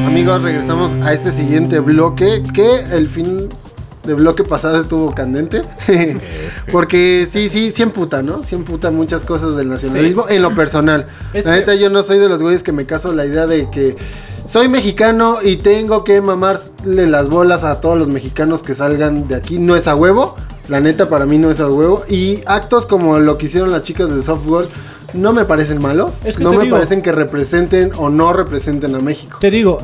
S3: amigos, regresamos a este siguiente bloque que el fin de bloque pasado estuvo candente. Porque sí, sí, sí emputa, ¿no? Sí emputa muchas cosas del nacionalismo en lo personal.
S2: Es
S3: la
S2: que-
S3: neta, yo no soy de los güeyes que me caso la idea de que soy mexicano y tengo que mamarle las bolas a todos los mexicanos que salgan de aquí. No es a huevo. La neta, para mí no es a huevo. Y actos como lo que hicieron las chicas de softball no me parecen malos.
S2: Es que
S3: no
S2: te
S3: me
S2: digo-
S3: parecen que representen o no representen a México.
S2: Te digo,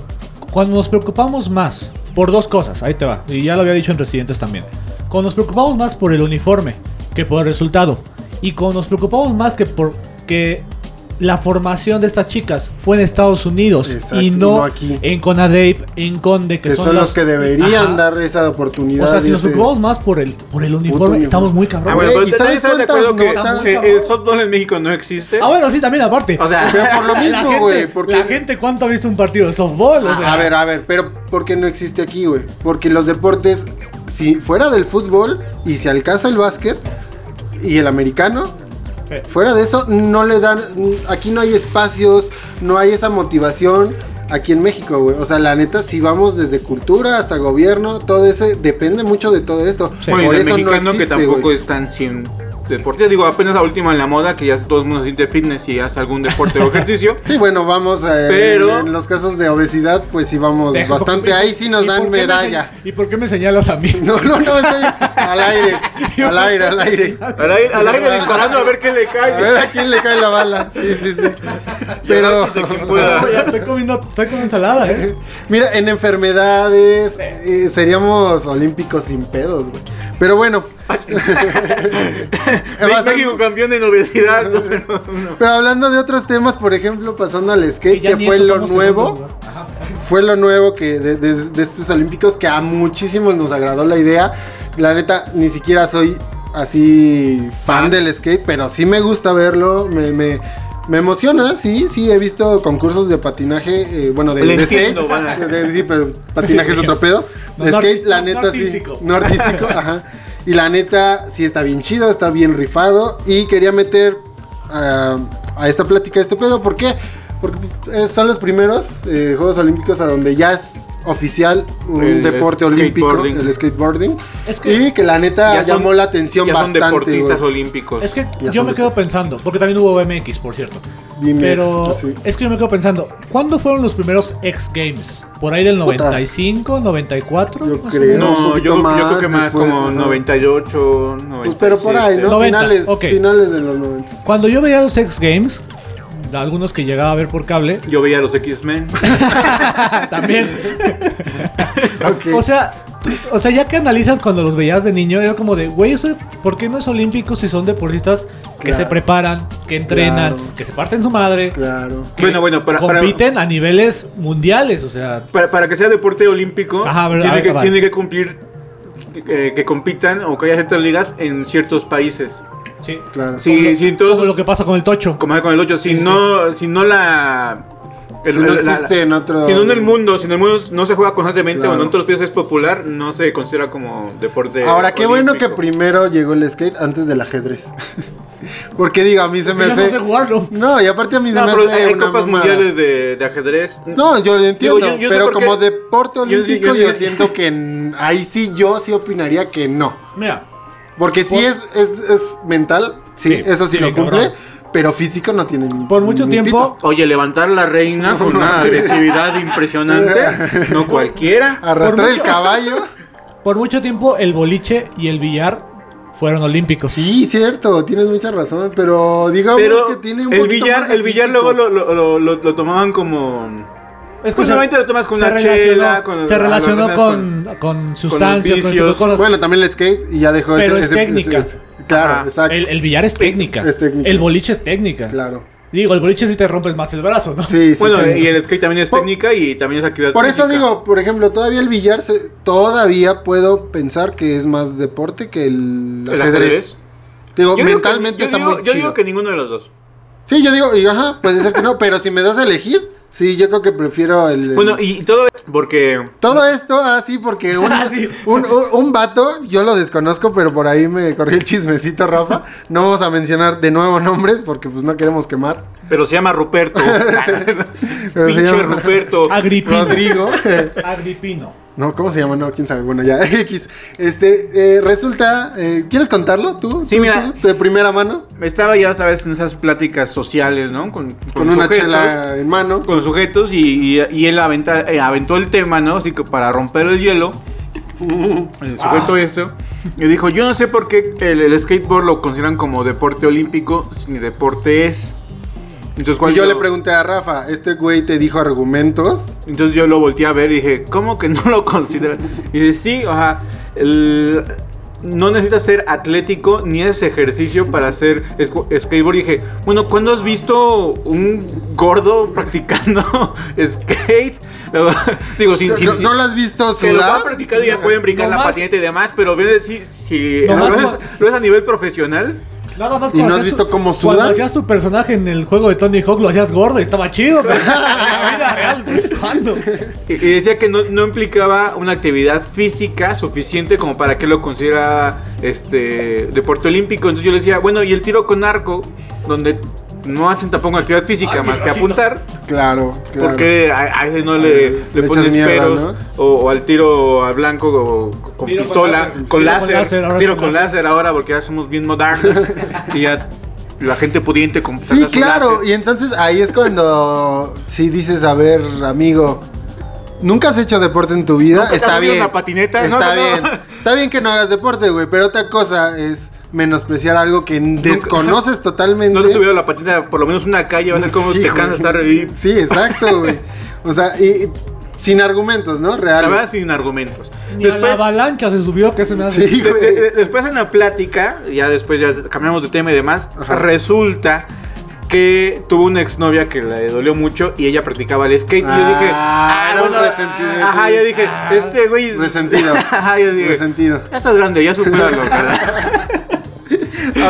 S2: cuando nos preocupamos más por dos cosas, ahí te va, y ya lo había dicho en Residentes también. Cuando nos preocupamos más por el uniforme que por el resultado, y cuando nos preocupamos más que por que la formación de estas chicas fue en Estados Unidos
S3: Exacto,
S2: y no,
S3: no aquí.
S2: en Conadeip, en Conde, que,
S3: que son, los
S2: las-
S3: que deberían
S2: Ajá.
S3: dar esa oportunidad.
S2: O sea, si
S3: y
S2: nos
S3: ese-
S2: preocupamos más por el por el uniforme,
S3: uniforme.
S2: estamos muy cabrones.
S4: Ah, bueno,
S3: Güey,
S4: pero
S3: ¿y
S4: ¿también
S3: sabes
S4: estás de
S3: cuántas
S4: acuerdo que,
S3: notas?
S4: que el softball en México no existe?
S2: Ah, bueno, sí, también aparte.
S4: O sea,
S3: Pero por lo
S2: La- la
S3: mismo,
S2: gente-
S3: güey. porque- Ah,
S2: La gente, ¿cuánto ha visto un partido de softball? O sea,
S3: A ver, a ver, pero ¿por qué no existe aquí, güey? Porque los deportes, si fuera del fútbol y se alcanza el básquet y el americano,
S2: Eh.
S3: fuera de eso, no le dan. Aquí no hay espacios, no hay esa motivación. Aquí en México, güey. O sea, la neta, si vamos desde cultura hasta gobierno, todo ese depende mucho de todo esto.
S2: Sí.
S4: Bueno, y
S3: Por
S4: del
S3: eso no
S4: mexicano que
S3: existe,
S4: tampoco
S3: güey.
S4: es tan sin deportes. Digo, apenas la última en la moda que ya todo el mundo se siente fitness y hace algún deporte o ejercicio.
S3: Sí, bueno, vamos eh,
S4: Pero-
S3: en los casos de obesidad, pues sí vamos
S2: Deja,
S3: bastante.
S2: porque me-
S3: Ahí sí
S2: ¿y
S3: nos
S2: por
S3: dan
S2: qué me
S3: medalla.
S2: señ- ¿Y por qué me señalas a mí?
S3: No, no, no, estoy al aire, al aire, al aire.
S4: Al aire, al aire disparando a ver qué le
S3: A ver
S4: cae.
S3: a quién le cae la bala. Sí, sí, sí. Pero
S4: Antes de que
S2: No, ya
S4: pueda.
S2: estoy comiendo, estoy comiendo ensalada, ¿eh?
S3: mira, en enfermedades eh, seríamos olímpicos sin pedos, güey. Pero bueno.
S4: México campeón en obesidad. no, pero no.
S3: Pero hablando de otros temas, por ejemplo, pasando al skate,
S2: ya
S3: que
S2: ni
S3: fue
S2: eso
S3: lo
S2: somos
S3: nuevo.
S2: segundos, güey.
S3: fue lo nuevo que de, de- de estos olímpicos que a muchísimos nos agradó la idea. La neta, ni siquiera soy así fan del skate, pero sí me gusta verlo, me, me- me emociona, sí, sí, he visto concursos de patinaje, eh, bueno, de,
S4: Le
S3: de
S4: entiendo,
S3: skate.
S4: van a-
S3: de- sí, pero patinaje es otro pedo.
S2: No,
S3: De
S2: no
S3: skate,
S2: arti-
S3: la
S2: no-
S3: neta,
S2: no
S3: sí.
S2: artístico.
S3: No artístico, ajá. Y la neta, sí está bien chido, está bien rifado. Y quería meter ah, a esta plática este pedo. ¿Por qué? Porque eh, son los primeros eh, Juegos Olímpicos a donde ya es oficial un
S4: El
S3: deporte olímpico,
S4: skateboarding.
S3: el skateboarding.
S2: Es que-
S3: y que la neta
S4: Ya son-
S3: llamó la atención
S4: ya
S3: bastante.
S4: son deportistas
S3: güey.
S4: olímpicos.
S2: Es que
S3: Pues Ya
S2: yo me
S3: sabes.
S2: quedo pensando, porque también hubo BMX, por cierto.
S3: BMX,
S2: Pero
S3: sí.
S2: es que yo me quedo pensando, ¿cuándo fueron los primeros X Games? ¿Por ahí del
S3: Puta.
S2: 95, 94?
S3: Yo
S2: más o
S3: creo.
S2: menos?
S3: un
S4: no, yo,
S3: poquito
S4: yo
S3: más
S4: creo que más
S3: después,
S4: como
S3: ajá.
S4: 98, 97.
S3: Pues, pero por ahí, ¿no?
S2: Noventas,
S3: finales,
S2: ok.
S3: finales de los 90.
S2: Cuando yo veía los X Games, de algunos que llegaba a ver por cable,
S4: Yo veía a los X-Men.
S2: también.
S3: Ok.
S2: O sea, tú- o sea, ya que analizas cuando los veías de niño, era como de, güey, eso- ¿por qué no es olímpico si son deportistas que
S3: Claro.
S2: se preparan, que entrenan,
S3: Claro.
S2: que se parten su madre,
S3: claro.
S2: que
S4: Bueno, bueno, para- para-
S2: compiten a niveles mundiales? O sea,
S4: Para, para que sea deporte olímpico,
S2: Ajá, pero- a
S4: tiene,
S2: ver,
S4: que,
S2: va.
S4: tiene que cumplir eh, que compitan o que haya ciertas ligas en ciertos países.
S2: sí.
S3: Claro.
S4: Sí,
S2: Como lo-
S4: sí, todos-
S2: como lo que pasa con el tocho.
S4: Como con el 8, si
S2: Sí,
S4: no, si no la. el-
S3: Si no
S4: la- la-
S3: existe en otro-
S4: Si no en el mundo, si en el mundo no se juega constantemente
S3: Claro.
S4: o en otros países es popular, no se considera como deporte.
S3: Ahora, qué bueno que
S4: Eh, olímpico.
S3: primero llegó el skate antes del ajedrez. Porque digo, a mí se me
S2: Yo no
S3: hace.
S2: sé jugarlo.
S3: No, y aparte a mí se
S4: No,
S3: me
S4: pero
S3: hace.
S4: hay, hay
S3: una
S4: copas
S3: mamada.
S4: mundiales de, de ajedrez.
S3: No, yo lo entiendo,
S4: yo- yo sé
S3: pero
S4: por qué-
S3: como deporte
S4: yo- yo-
S3: olímpico yo,
S4: yo-
S3: siento que n- ahí sí yo sí opinaría que no.
S2: Mira,
S3: Porque sí
S2: Por-
S3: es, es, es mental, sí,
S2: Sí,
S3: eso sí,
S2: sí,
S3: lo cumple,
S2: cabrón.
S3: pero físico no tiene ni-
S2: por mucho
S3: ni
S2: tiempo,
S3: pito.
S4: Oye, levantar la reina con una agresividad impresionante, no cualquiera.
S3: Arrastrar el
S2: mucho-
S3: caballo.
S2: por mucho tiempo el boliche y el billar fueron olímpicos.
S3: Sí, cierto, tienes mucha razón, pero digamos
S4: Pero
S3: que tiene un
S4: el
S3: poquito más
S4: billar,
S3: de
S4: el billar
S3: físico.
S4: luego lo, lo, lo- lo- lo tomaban como.
S2: Es
S4: Pues
S2: se-
S4: normalmente lo tomas con
S2: se
S4: una
S2: relacionó-
S4: chela, con-
S2: se relacionó
S4: con-
S2: con, con, sustancias, con, ese tipo de
S4: vicios.
S2: cosas.
S3: Bueno, también el skate y ya dejó
S2: Pero es
S3: ese- ese-
S2: técnica.
S3: ese- claro,
S4: Ajá.
S3: exacto.
S2: El, el billar es técnica.
S3: Es técnica.
S2: El boliche es técnica.
S3: Claro.
S2: Digo, el boliche sí te rompes más el brazo, ¿no?
S3: Sí, sí,
S4: bueno,
S3: sí.
S4: y el skate también es
S3: Por-
S4: técnica y también es actividad
S3: Por eso
S4: física.
S3: digo, por ejemplo, todavía el billar, se- todavía puedo pensar que es más deporte que el
S4: ¿El
S3: ajedrez.
S4: ajedrez?
S3: Digo,
S4: Yo digo que-
S3: mentalmente
S4: yo
S3: está
S4: digo-
S3: muy
S4: Yo
S3: chido.
S4: digo que ninguno de los dos.
S3: Sí, yo digo, y ajá, puede ser que no, pero si me das a elegir, Sí, yo creo que prefiero el... el-
S4: Bueno, y todo porque
S3: Todo esto, así, porque un,
S2: Ah, sí.
S3: un, un- un vato, yo lo desconozco, pero por ahí me corrió el chismecito, Rafa. No vamos a mencionar de nuevo nombres porque pues no queremos quemar.
S4: pero se llama Ruperto.
S3: Pero se
S4: Pinche
S3: llama-
S4: Ruperto.
S2: Agripino.
S3: Rodrigo.
S2: Agripino.
S3: No, ¿cómo se llama? No, quién sabe. Bueno, ya, X. Este, eh, resulta. eh, ¿Quieres contarlo tú?
S4: Sí,
S3: ¿Tú-
S4: mira.
S3: tú? de primera mano.
S4: Estaba ya, sabes, en esas pláticas sociales, ¿no? Con,
S3: Con,
S4: con
S3: una
S4: sujetos.
S3: chela en mano.
S4: con sujetos y, y- y él aventa- eh, aventó el tema, ¿no? Así que para romper el hielo, el sujeto
S3: Ah.
S4: este, y dijo, yo no sé por qué el, el skateboard lo consideran como deporte olímpico si ni deporte es. Entonces,
S3: Y
S4: cuando-
S3: yo le pregunté a Rafa, ¿este güey te dijo argumentos?
S4: entonces yo lo volteé a ver y dije, ¿cómo que no lo consideran? Y dice, sí, o sea, el- no necesitas ser atlético ni es ejercicio para hacer escu- skateboard. Y dije, bueno, ¿cuándo has visto un gordo practicando skate? Digo, sin... sin
S3: ¿No, no lo has visto
S4: que lo han
S3: sudar?
S4: practicado y ya pueden brincar
S2: No
S4: la
S2: más.
S4: patineta y demás, pero ves si, si
S2: No
S4: lo,
S2: más.
S4: es, lo es a nivel profesional.
S2: Nada más
S3: ¿Y no has
S2: hacías
S3: visto
S2: tu-
S3: cómo
S2: Cuando
S3: sudan?
S2: hacías tu personaje en el juego de Tony Hawk lo hacías gordo y estaba chido, pero en la vida real, güey, ¿cuándo?
S4: Y, y decía que no, no implicaba una actividad física suficiente como para que lo considera este deporte olímpico. Entonces yo le decía, bueno, y el tiro con arco, donde no hacen tampoco actividad
S2: Ay,
S4: física más
S2: pero
S4: que
S2: sí, no.
S4: apuntar,
S3: Claro, claro.
S4: porque a, a ese no le, le,
S3: le echas
S4: pones
S3: mierda,
S4: peros,
S3: ¿no?
S4: o, o al tiro a blanco o con
S2: Tiro con
S4: pistola,
S2: láser.
S4: con
S2: Tiro
S4: láser,
S2: con láser, ahora
S4: tiro
S2: con
S4: con
S2: láser.
S4: láser ahora porque ya somos bien modernos y ya la gente pudiente con
S3: Sí, claro. Y entonces ahí es cuando si dices, a ver, amigo, nunca has hecho deporte en tu vida.
S4: ¿Nunca te has
S3: Está
S4: subido
S3: bien.
S4: una patineta?
S3: Está
S4: No, no, no.
S3: bien. Está bien que no hagas deporte, güey. Pero otra cosa es menospreciar algo que desconoces totalmente.
S4: No te has subido a la patineta por lo menos una calle, vas a ver cómo
S3: Sí,
S4: te
S3: güey.
S4: cansa estar ahí.
S3: Sí, exacto, güey. O sea, y, y sin argumentos, ¿no?
S4: La verdad,
S3: Reales.
S4: sin argumentos.
S2: Ni a la avalancha se subió, que se me hace.
S3: Sí,
S4: de- de- de-
S3: güey.
S4: después en la plática, ya después ya cambiamos de tema y demás,
S3: Ajá.
S4: resulta que tuvo una exnovia que le dolió mucho y ella practicaba el skate. y yo dije,
S3: Ah, era un resentido,
S4: Ajá,
S3: sí. Ah,
S4: yo dije, este güey. es-
S3: Resentido.
S4: ajá, yo dije,
S3: Resentido.
S4: Ya estás grande, ya supéralo, ¿verdad?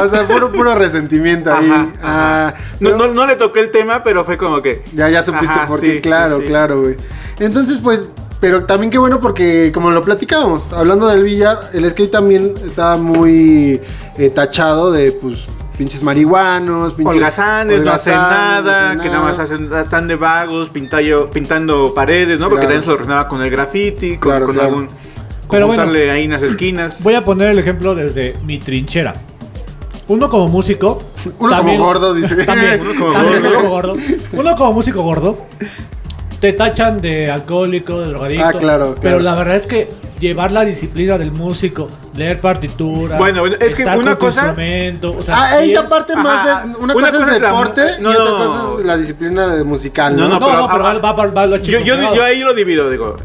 S3: O sea, puro, puro resentimiento ahí.
S4: Ajá,
S3: Ah,
S4: No,
S3: pero-
S4: no, no le toqué el tema, pero fue como que.
S3: Ya, ya supiste
S4: Ajá,
S3: por qué,
S4: sí,
S3: claro,
S4: sí.
S3: claro, güey. Entonces, pues, pero también qué bueno porque, como lo platicábamos, hablando del billar, el skate también está muy eh, tachado de, pues, pinches marihuanos, pinches...
S4: Holgazanes, no hacen
S3: holgazanes, no
S4: nada,
S3: hacen
S4: que nada
S3: nada.
S4: más hacen, están de vagos, pintallo- pintando paredes, ¿no? Porque
S3: Claro.
S4: también se lo relacionaba con el graffiti, con,
S3: Claro,
S4: con
S3: claro.
S4: algún.
S2: Pero
S4: Pero
S2: bueno.
S4: ahí en las esquinas.
S2: Voy a poner el ejemplo desde mi trinchera. Uno como músico.
S3: Uno como gordo, dice.
S2: También,
S4: Uno como
S2: también
S4: gordo.
S2: uno como gordo. Uno como músico gordo. Te tachan de alcohólico, de drogadicto.
S3: Ah, claro,
S2: Pero
S3: claro.
S2: la verdad es que llevar la disciplina del músico, leer partituras.
S4: Bueno, bueno, es que
S2: estar
S4: una
S2: con tu
S4: cosa-
S2: instrumento, o sea,
S3: Ah,
S2: sí
S3: ey,
S2: es-
S3: aparte más
S4: Ajá.
S3: de... Una,
S4: Una
S3: cosa,
S4: cosa
S3: es
S4: es la-
S3: deporte
S4: no,
S3: y
S4: no.
S3: otra cosa es la disciplina de musical, ¿no?
S4: No,
S2: No,
S4: pero-
S2: no, pero
S4: ah,
S2: va, va, va lo
S4: Yo,
S2: chico,
S4: yo,
S2: cuidado.
S4: yo ahí lo divido, digo.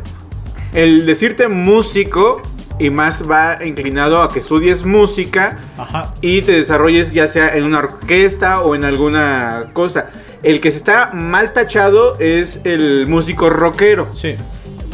S4: El decirte músico y más va inclinado a que estudies música
S2: Ajá.
S4: y te desarrolles ya sea en una orquesta o en alguna cosa. El que se está mal tachado es el músico rockero.
S2: Sí.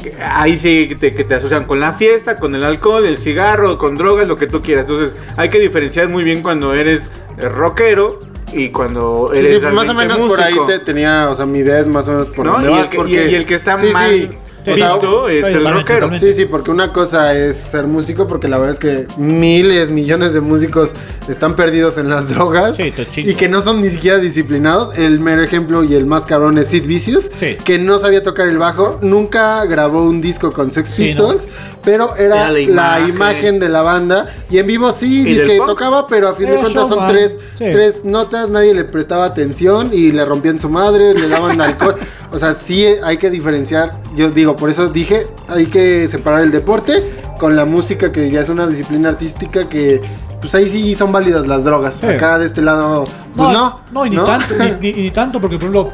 S4: Que Ahí sí que te, que te asocian con la fiesta, con el alcohol, el cigarro, con drogas, lo que tú quieras. Entonces hay que diferenciar muy bien cuando eres eh, rockero y cuando
S3: Sí,
S4: eres
S3: sí, más o
S4: realmente
S3: menos por ahí
S4: músico,
S3: te tenía, o sea, mi idea es más o menos por
S4: ¿no?
S3: dónde
S4: y,
S3: vas,
S4: el que, y-
S3: porque...
S4: y el que está
S3: Sí,
S4: mal
S3: sí.
S2: Sí,
S3: O sea,
S4: visto es
S2: Oye,
S4: el
S2: totalmente,
S4: rockero.
S2: totalmente.
S3: Sí, sí, porque una cosa es ser músico, porque la verdad es que miles, millones de músicos están perdidos en las drogas
S2: Sí, te chingo.
S3: y que no son ni siquiera disciplinados. El mero ejemplo y el más cabrón es Sid Vicious,
S2: Sí.
S3: que no sabía tocar el bajo, nunca grabó un disco con Sex
S2: Sí,
S3: Pistols, pero era
S4: Era la
S3: la imagen.
S4: imagen.
S3: de la banda. Y en vivo sí,
S4: Y
S3: dice
S4: del
S3: que
S4: punk.
S3: tocaba, pero a fin de
S2: Era
S3: cuentas son
S2: Eh, showman.
S3: tres,
S2: Sí.
S3: tres notas, nadie le prestaba atención y le rompían su madre, le daban alcohol. O sea, sí hay que diferenciar. Yo digo, por eso dije, hay que separar el deporte con la música, que ya es una disciplina artística que, pues ahí sí son válidas las drogas.
S2: Sí.
S3: Acá de este lado, pues
S2: No,
S3: no.
S2: no, y ni tanto, ni, ni- ni tanto, porque por ejemplo,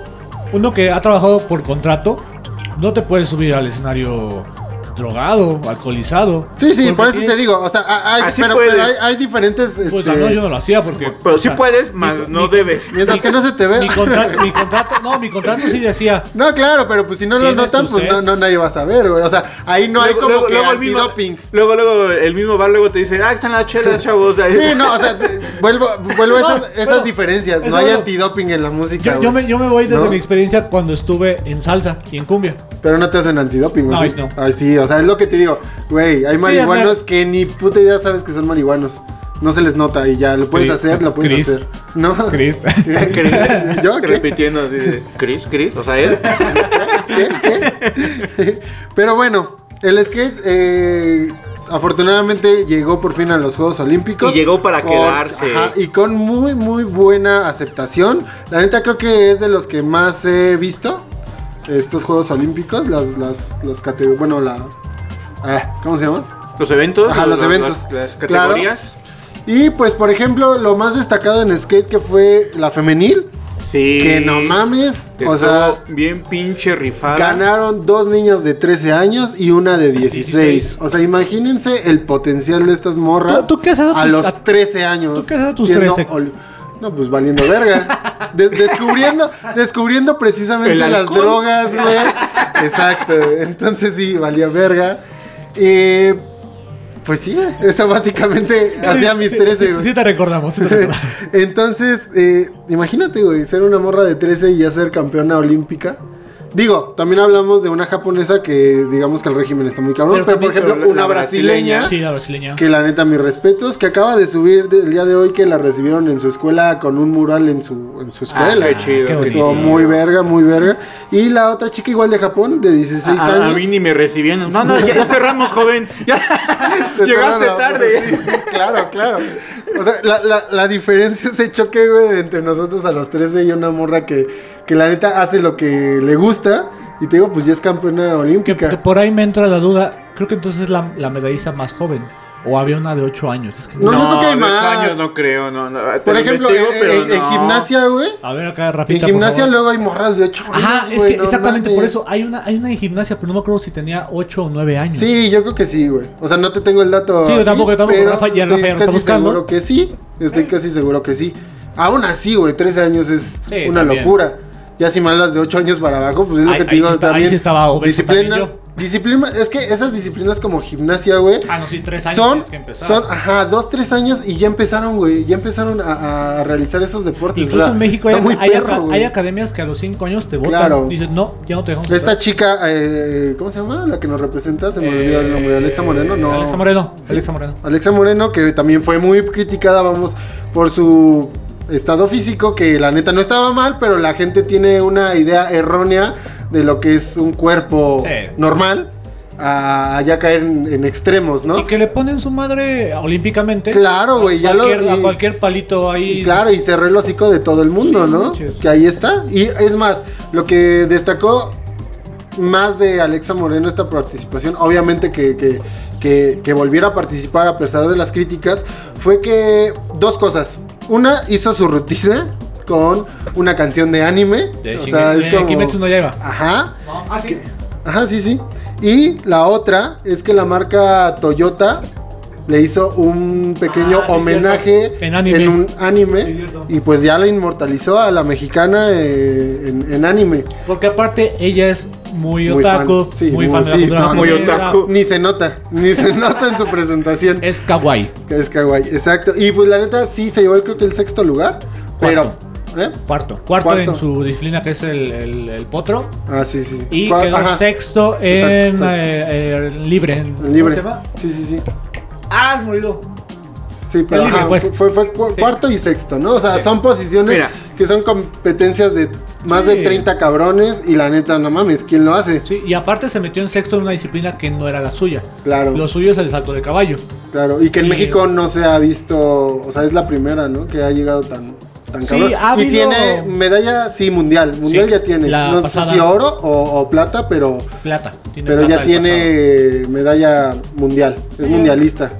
S2: uno que ha trabajado por contrato, no te puedes subir al escenario drogado, alcoholizado.
S3: Sí, sí,
S4: Porque
S3: por eso
S4: aquí-
S3: te digo, o sea, a- hay,
S4: Así
S3: pero,
S4: puedes.
S3: pero hay, hay diferentes...
S2: Pues
S3: este,
S2: la no, yo no lo hacía porque.
S4: Pero
S2: o
S4: sí
S2: sea,
S4: puedes, más no debes.
S3: mientras que no se te
S2: Mi
S3: vea.
S2: contrato, mi contrato, no, mi contrato sí decía.
S3: No, claro, pero pues si no lo
S2: Tienes
S3: notan,
S2: tus
S3: pues no,
S2: sets.
S3: no nadie va a saber, güey. O sea, ahí no hay como que
S4: el mismo-
S3: antidoping.
S4: luego, luego, el mismo bar luego te dice, ah, están las chelas, chavos.
S3: Sí, no, o sea, te- vuelvo, vuelvo a
S2: No,
S3: esas, esas
S2: bueno,
S3: diferencias.
S2: es
S3: No hay
S2: bueno.
S3: antidoping en la música,
S2: Yo, yo
S3: güey.
S2: me, yo me voy desde
S3: ¿No?
S2: mi experiencia cuando estuve en salsa y en cumbia.
S3: Pero no te hacen antidoping,
S2: No,
S3: güey. ¿sí?
S2: no.
S3: Ay, sí, o sea, es lo que te digo. Güey, hay marihuanos
S2: Andrea.
S3: que ni puta idea sabes que son marihuanos. No se les nota y ya, lo puedes
S2: Cris-
S3: hacer, lo puedes
S2: Cris.
S3: hacer. ¿No?
S2: Chris.
S3: ¿Yo qué?
S4: Repitiendo, así de, Chris, Chris, o sea, él.
S3: ¿Qué? ¿Qué? Pero bueno, el skate eh, afortunadamente llegó por fin a los Juegos Olímpicos.
S4: Y llegó para quedarse.
S3: y con muy, muy buena aceptación. La neta creo que es de los que más he visto estos Juegos Olímpicos, las, las, las categorías, bueno, la... ah, ¿Cómo se llama?
S4: Los eventos.
S3: Ajá, los
S4: las-
S3: eventos.
S4: Las, las
S3: Claro.
S4: categorías.
S3: Y pues, por ejemplo, lo más destacado en skate que fue la femenil,
S4: Sí.
S3: que no mames,
S4: Que
S3: o sea...
S4: estuvo bien pinche rifada.
S3: Ganaron dos niñas de 13 años y una de 16.
S4: 16.
S3: O sea, imagínense el potencial de estas morras
S2: ¿Tú- tú qué haces a
S3: a
S2: tus-
S3: los
S2: a-
S3: 13 años.
S2: tú qué haces a tus
S3: siendo
S2: 13?
S3: ol- No, pues valiendo verga. Des- descubriendo, descubriendo precisamente
S4: El
S3: las
S4: alcohol.
S3: drogas, güey. Exacto. Entonces sí, valía verga. Eh, pues sí, eso básicamente hacía mis 13, güey.
S2: Sí, te recordamos. sí te recordamos.
S3: Entonces, eh, imagínate, güey, ser una morra de 13 y ya ser campeona olímpica. Digo, también hablamos de una japonesa que digamos que el régimen está muy cabrón, pero,
S4: Pero
S3: por
S4: también,
S3: ejemplo,
S4: pero la-
S3: una
S4: la brasileña,
S3: brasileña,
S2: Sí, la brasileña.
S3: que la neta, mis respetos, que acaba de subir de- el día de hoy que la recibieron en su escuela con un mural en su, en su
S4: Ah,
S3: escuela.
S4: qué chido.
S2: qué
S4: qué
S2: bonito.
S4: chido.
S3: Estuvo muy verga, muy verga. Y la otra chica igual de Japón, de 16
S4: A- A,
S3: años.
S4: mí ni me recibían. No, no, ya, ya cerramos, joven. Ya.
S3: Te
S4: Llegaste
S3: cerraron la- Sí,
S4: tarde.
S3: sí, claro, claro. O sea, la, la- la diferencia es el choque, güey, de entre nosotros a los 13 y una morra que, que la neta hace lo que le gusta. Y te digo, pues ya es campeona
S2: Que, que
S3: olímpica.
S2: por ahí me entra la duda. Creo que entonces la, la medallista más joven. O había una de 8 años. Es que
S3: No, yo creo que hay
S4: de
S3: más.
S4: ocho años no creo, no. no. Te
S3: Por
S4: lo
S3: ejemplo,
S4: investigo,
S3: en,
S4: pero
S3: en- en
S4: no.
S3: gimnasia, güey.
S2: A ver acá,
S3: En
S2: rapidito. por
S3: gimnasia
S2: favor.
S3: luego hay morras de 8 años.
S2: Ajá, es
S3: güey,
S2: que
S3: no
S2: exactamente por
S3: mames.
S2: eso. Hay una, hay una de gimnasia, pero no me acuerdo si tenía 8 o 9 años.
S3: Sí, yo creo que sí, güey. O sea, no te tengo el dato.
S2: Sí, yo tampoco, yo tampoco.
S3: pero
S2: Rafa- ya
S3: estoy
S2: Rafa ya lo está
S3: casi
S2: buscando.
S3: seguro que sí. Estoy casi seguro que sí. Aún así, güey, 13 años es
S2: Sí,
S3: una
S2: también.
S3: locura. Ya si me hablas de 8 años para abajo, pues es lo
S2: Ahí-
S3: que te
S2: ahí
S3: digo
S2: sí está- ahí
S3: también.
S2: sí estaba obeso
S3: disciplina,
S2: también
S3: disciplina, es que esas disciplinas como gimnasia, güey.
S2: Ah, no, sí, 3 años.
S3: Son,
S2: tienes que empezar.
S3: son, ajá, dos, tres años y ya empezaron, güey. Ya empezaron a, a realizar esos deportes.
S2: Incluso
S3: o sea,
S2: en México hay,
S3: está muy
S2: hay
S3: perro,
S2: aca-
S3: güey.
S2: hay academias que a los 5 años te votan.
S3: Claro.
S2: Dicen, no, ya no te dejamos.
S3: Esta
S2: entrar".
S3: chica, eh, ¿cómo se llama? La que nos representa, se me olvidó el nombre.
S2: Eh,
S3: Alexa Moreno, no.
S2: Alexa Moreno.
S3: Sí.
S2: Alexa Moreno.
S3: Alexa Moreno, que también fue muy criticada, vamos, por su estado físico, que la neta no estaba mal, pero la gente tiene una idea errónea de lo que es un cuerpo
S2: Sí.
S3: normal, a ya caer en, en extremos, ¿no?
S2: Y que le ponen su madre olímpicamente.
S3: Claro,
S2: A
S3: güey, ya lo-
S2: cualquier- A
S3: y-
S2: cualquier palito ahí.
S3: Y claro, y cerró el hocico de todo el mundo,
S2: Sí,
S3: ¿no?
S2: manches.
S3: Que ahí está. Y es más, lo que destacó más de Alexa Moreno esta participación, obviamente que, que- que- que volviera a participar a pesar de las críticas, fue que dos cosas. Una, hizo su rutina con una canción de anime.
S2: De,
S3: o sea, es como...
S2: Kimetsu no lleva.
S3: Ajá.
S2: ah, sí.
S3: Ajá, sí, sí. Y la otra es que la marca Toyota le hizo un pequeño
S2: Ah, sí,
S3: homenaje
S2: cierto. En anime.
S3: un anime.
S2: Sí, cierto.
S3: y pues ya la inmortalizó a la mexicana eh, en, en anime.
S2: Porque aparte ella es muy,
S3: Muy fan.
S2: otaku,
S3: Sí,
S2: muy fan de la
S3: sí,
S2: cultura
S3: no,
S4: muy
S2: japonesa.
S4: otaku.
S3: Ni se nota, ni se nota en su presentación.
S2: Es kawaii.
S3: Es kawaii, exacto. Y pues la neta sí se llevó creo que el sexto lugar.
S2: Cuarto.
S3: Pero... ¿eh?
S2: Cuarto. Cuarto,
S3: Cuarto.
S2: en su disciplina que es el, el- el potro.
S3: Ah, sí, sí.
S2: Y
S3: Cua-
S2: quedó
S3: ajá,
S2: sexto en
S3: Exacto, exacto.
S2: eh, eh, libre. en-
S3: el Libre.
S2: ¿Cómo se llama?
S3: Sí, sí, sí.
S2: Ah, has morido.
S3: Sí, pero
S2: El libre,
S3: ajá,
S2: pues.
S3: fue, fue cu- cuarto y sexto, ¿no? O sea, son posiciones
S4: Mira.
S3: que son competencias de más
S2: Sí.
S3: de 30 cabrones y la neta, no mames, ¿quién lo hace?
S2: Sí, y aparte se metió en sexto en una disciplina que no era la suya.
S3: Claro.
S2: Lo suyo es el salto de caballo.
S3: Claro, y que en
S2: Y-
S3: México no se ha visto, o sea, es la primera, ¿no? Que ha llegado tan, tan
S2: Sí,
S3: cabrón.
S2: ha
S3: y
S2: habido-
S3: tiene medalla, sí, mundial, mundial
S2: Sí,
S3: ya tiene.
S2: la
S3: No
S2: pasada.
S3: sé si oro o, o plata, pero,
S2: Plata. Tiene
S3: pero
S2: plata
S3: ya
S2: del
S3: tiene medalla mundial, es mundialista.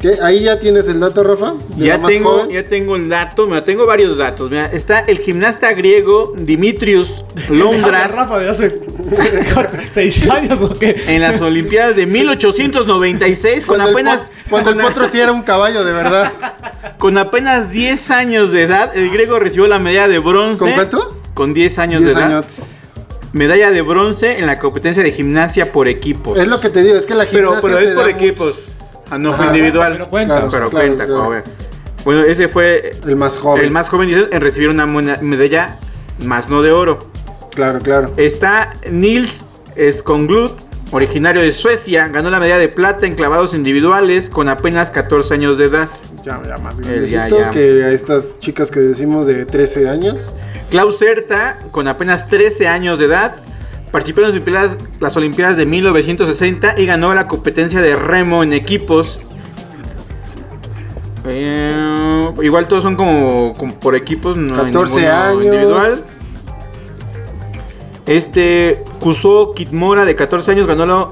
S3: ¿Qué? Ahí ya tienes el dato, Rafa. de la
S4: Ya
S3: más
S4: tengo,
S3: joven.
S4: ya tengo el dato, mira, tengo varios datos. Mira, está el gimnasta griego Dimitrios
S2: pasado.
S4: Londras.
S2: Rafa de hace ¿Seis años o qué?
S4: En las Olimpiadas de 1896, con
S3: Cuando, el
S4: apenas,
S3: pot- cuando el
S4: con a-
S3: potro sí era un caballo, de verdad.
S4: con apenas 10 años de edad, el griego recibió la medalla de bronce.
S3: ¿Con cuánto?
S4: Con 10 años
S3: 10
S4: de edad.
S3: años.
S4: Medalla de bronce en la competencia de gimnasia por equipos.
S3: Es lo que te digo, es que la
S4: pero
S3: gimnasia
S4: pero
S3: se
S4: es por
S3: da mucho.
S4: equipos. Ah, no fue
S3: Ajá.
S4: individual. Ah,
S2: Pero cuenta.
S4: Pero
S3: Claro,
S4: cuenta,
S3: claro.
S4: joven. Bueno, ese fue
S3: El más joven.
S4: el más joven en recibir una mona- medalla, más no de oro.
S3: Claro, claro.
S4: Está Nils Skonglund, originario de Suecia, ganó la medalla de plata en clavados individuales con apenas 14 años de edad.
S3: Ya, ya más
S4: ya,
S3: grandecito
S4: ya.
S3: que a estas chicas que decimos de 13 años.
S4: Klaus Serta, con apenas 13 años de edad, participó en las Olimpiadas, las Olimpiadas de 1960 y ganó la competencia de remo en equipos. Eh, igual todos son como, como por equipos, no hay
S3: 14
S4: ninguno
S3: años.
S4: individual. Este Kuso Kitmora de 14 años ganó los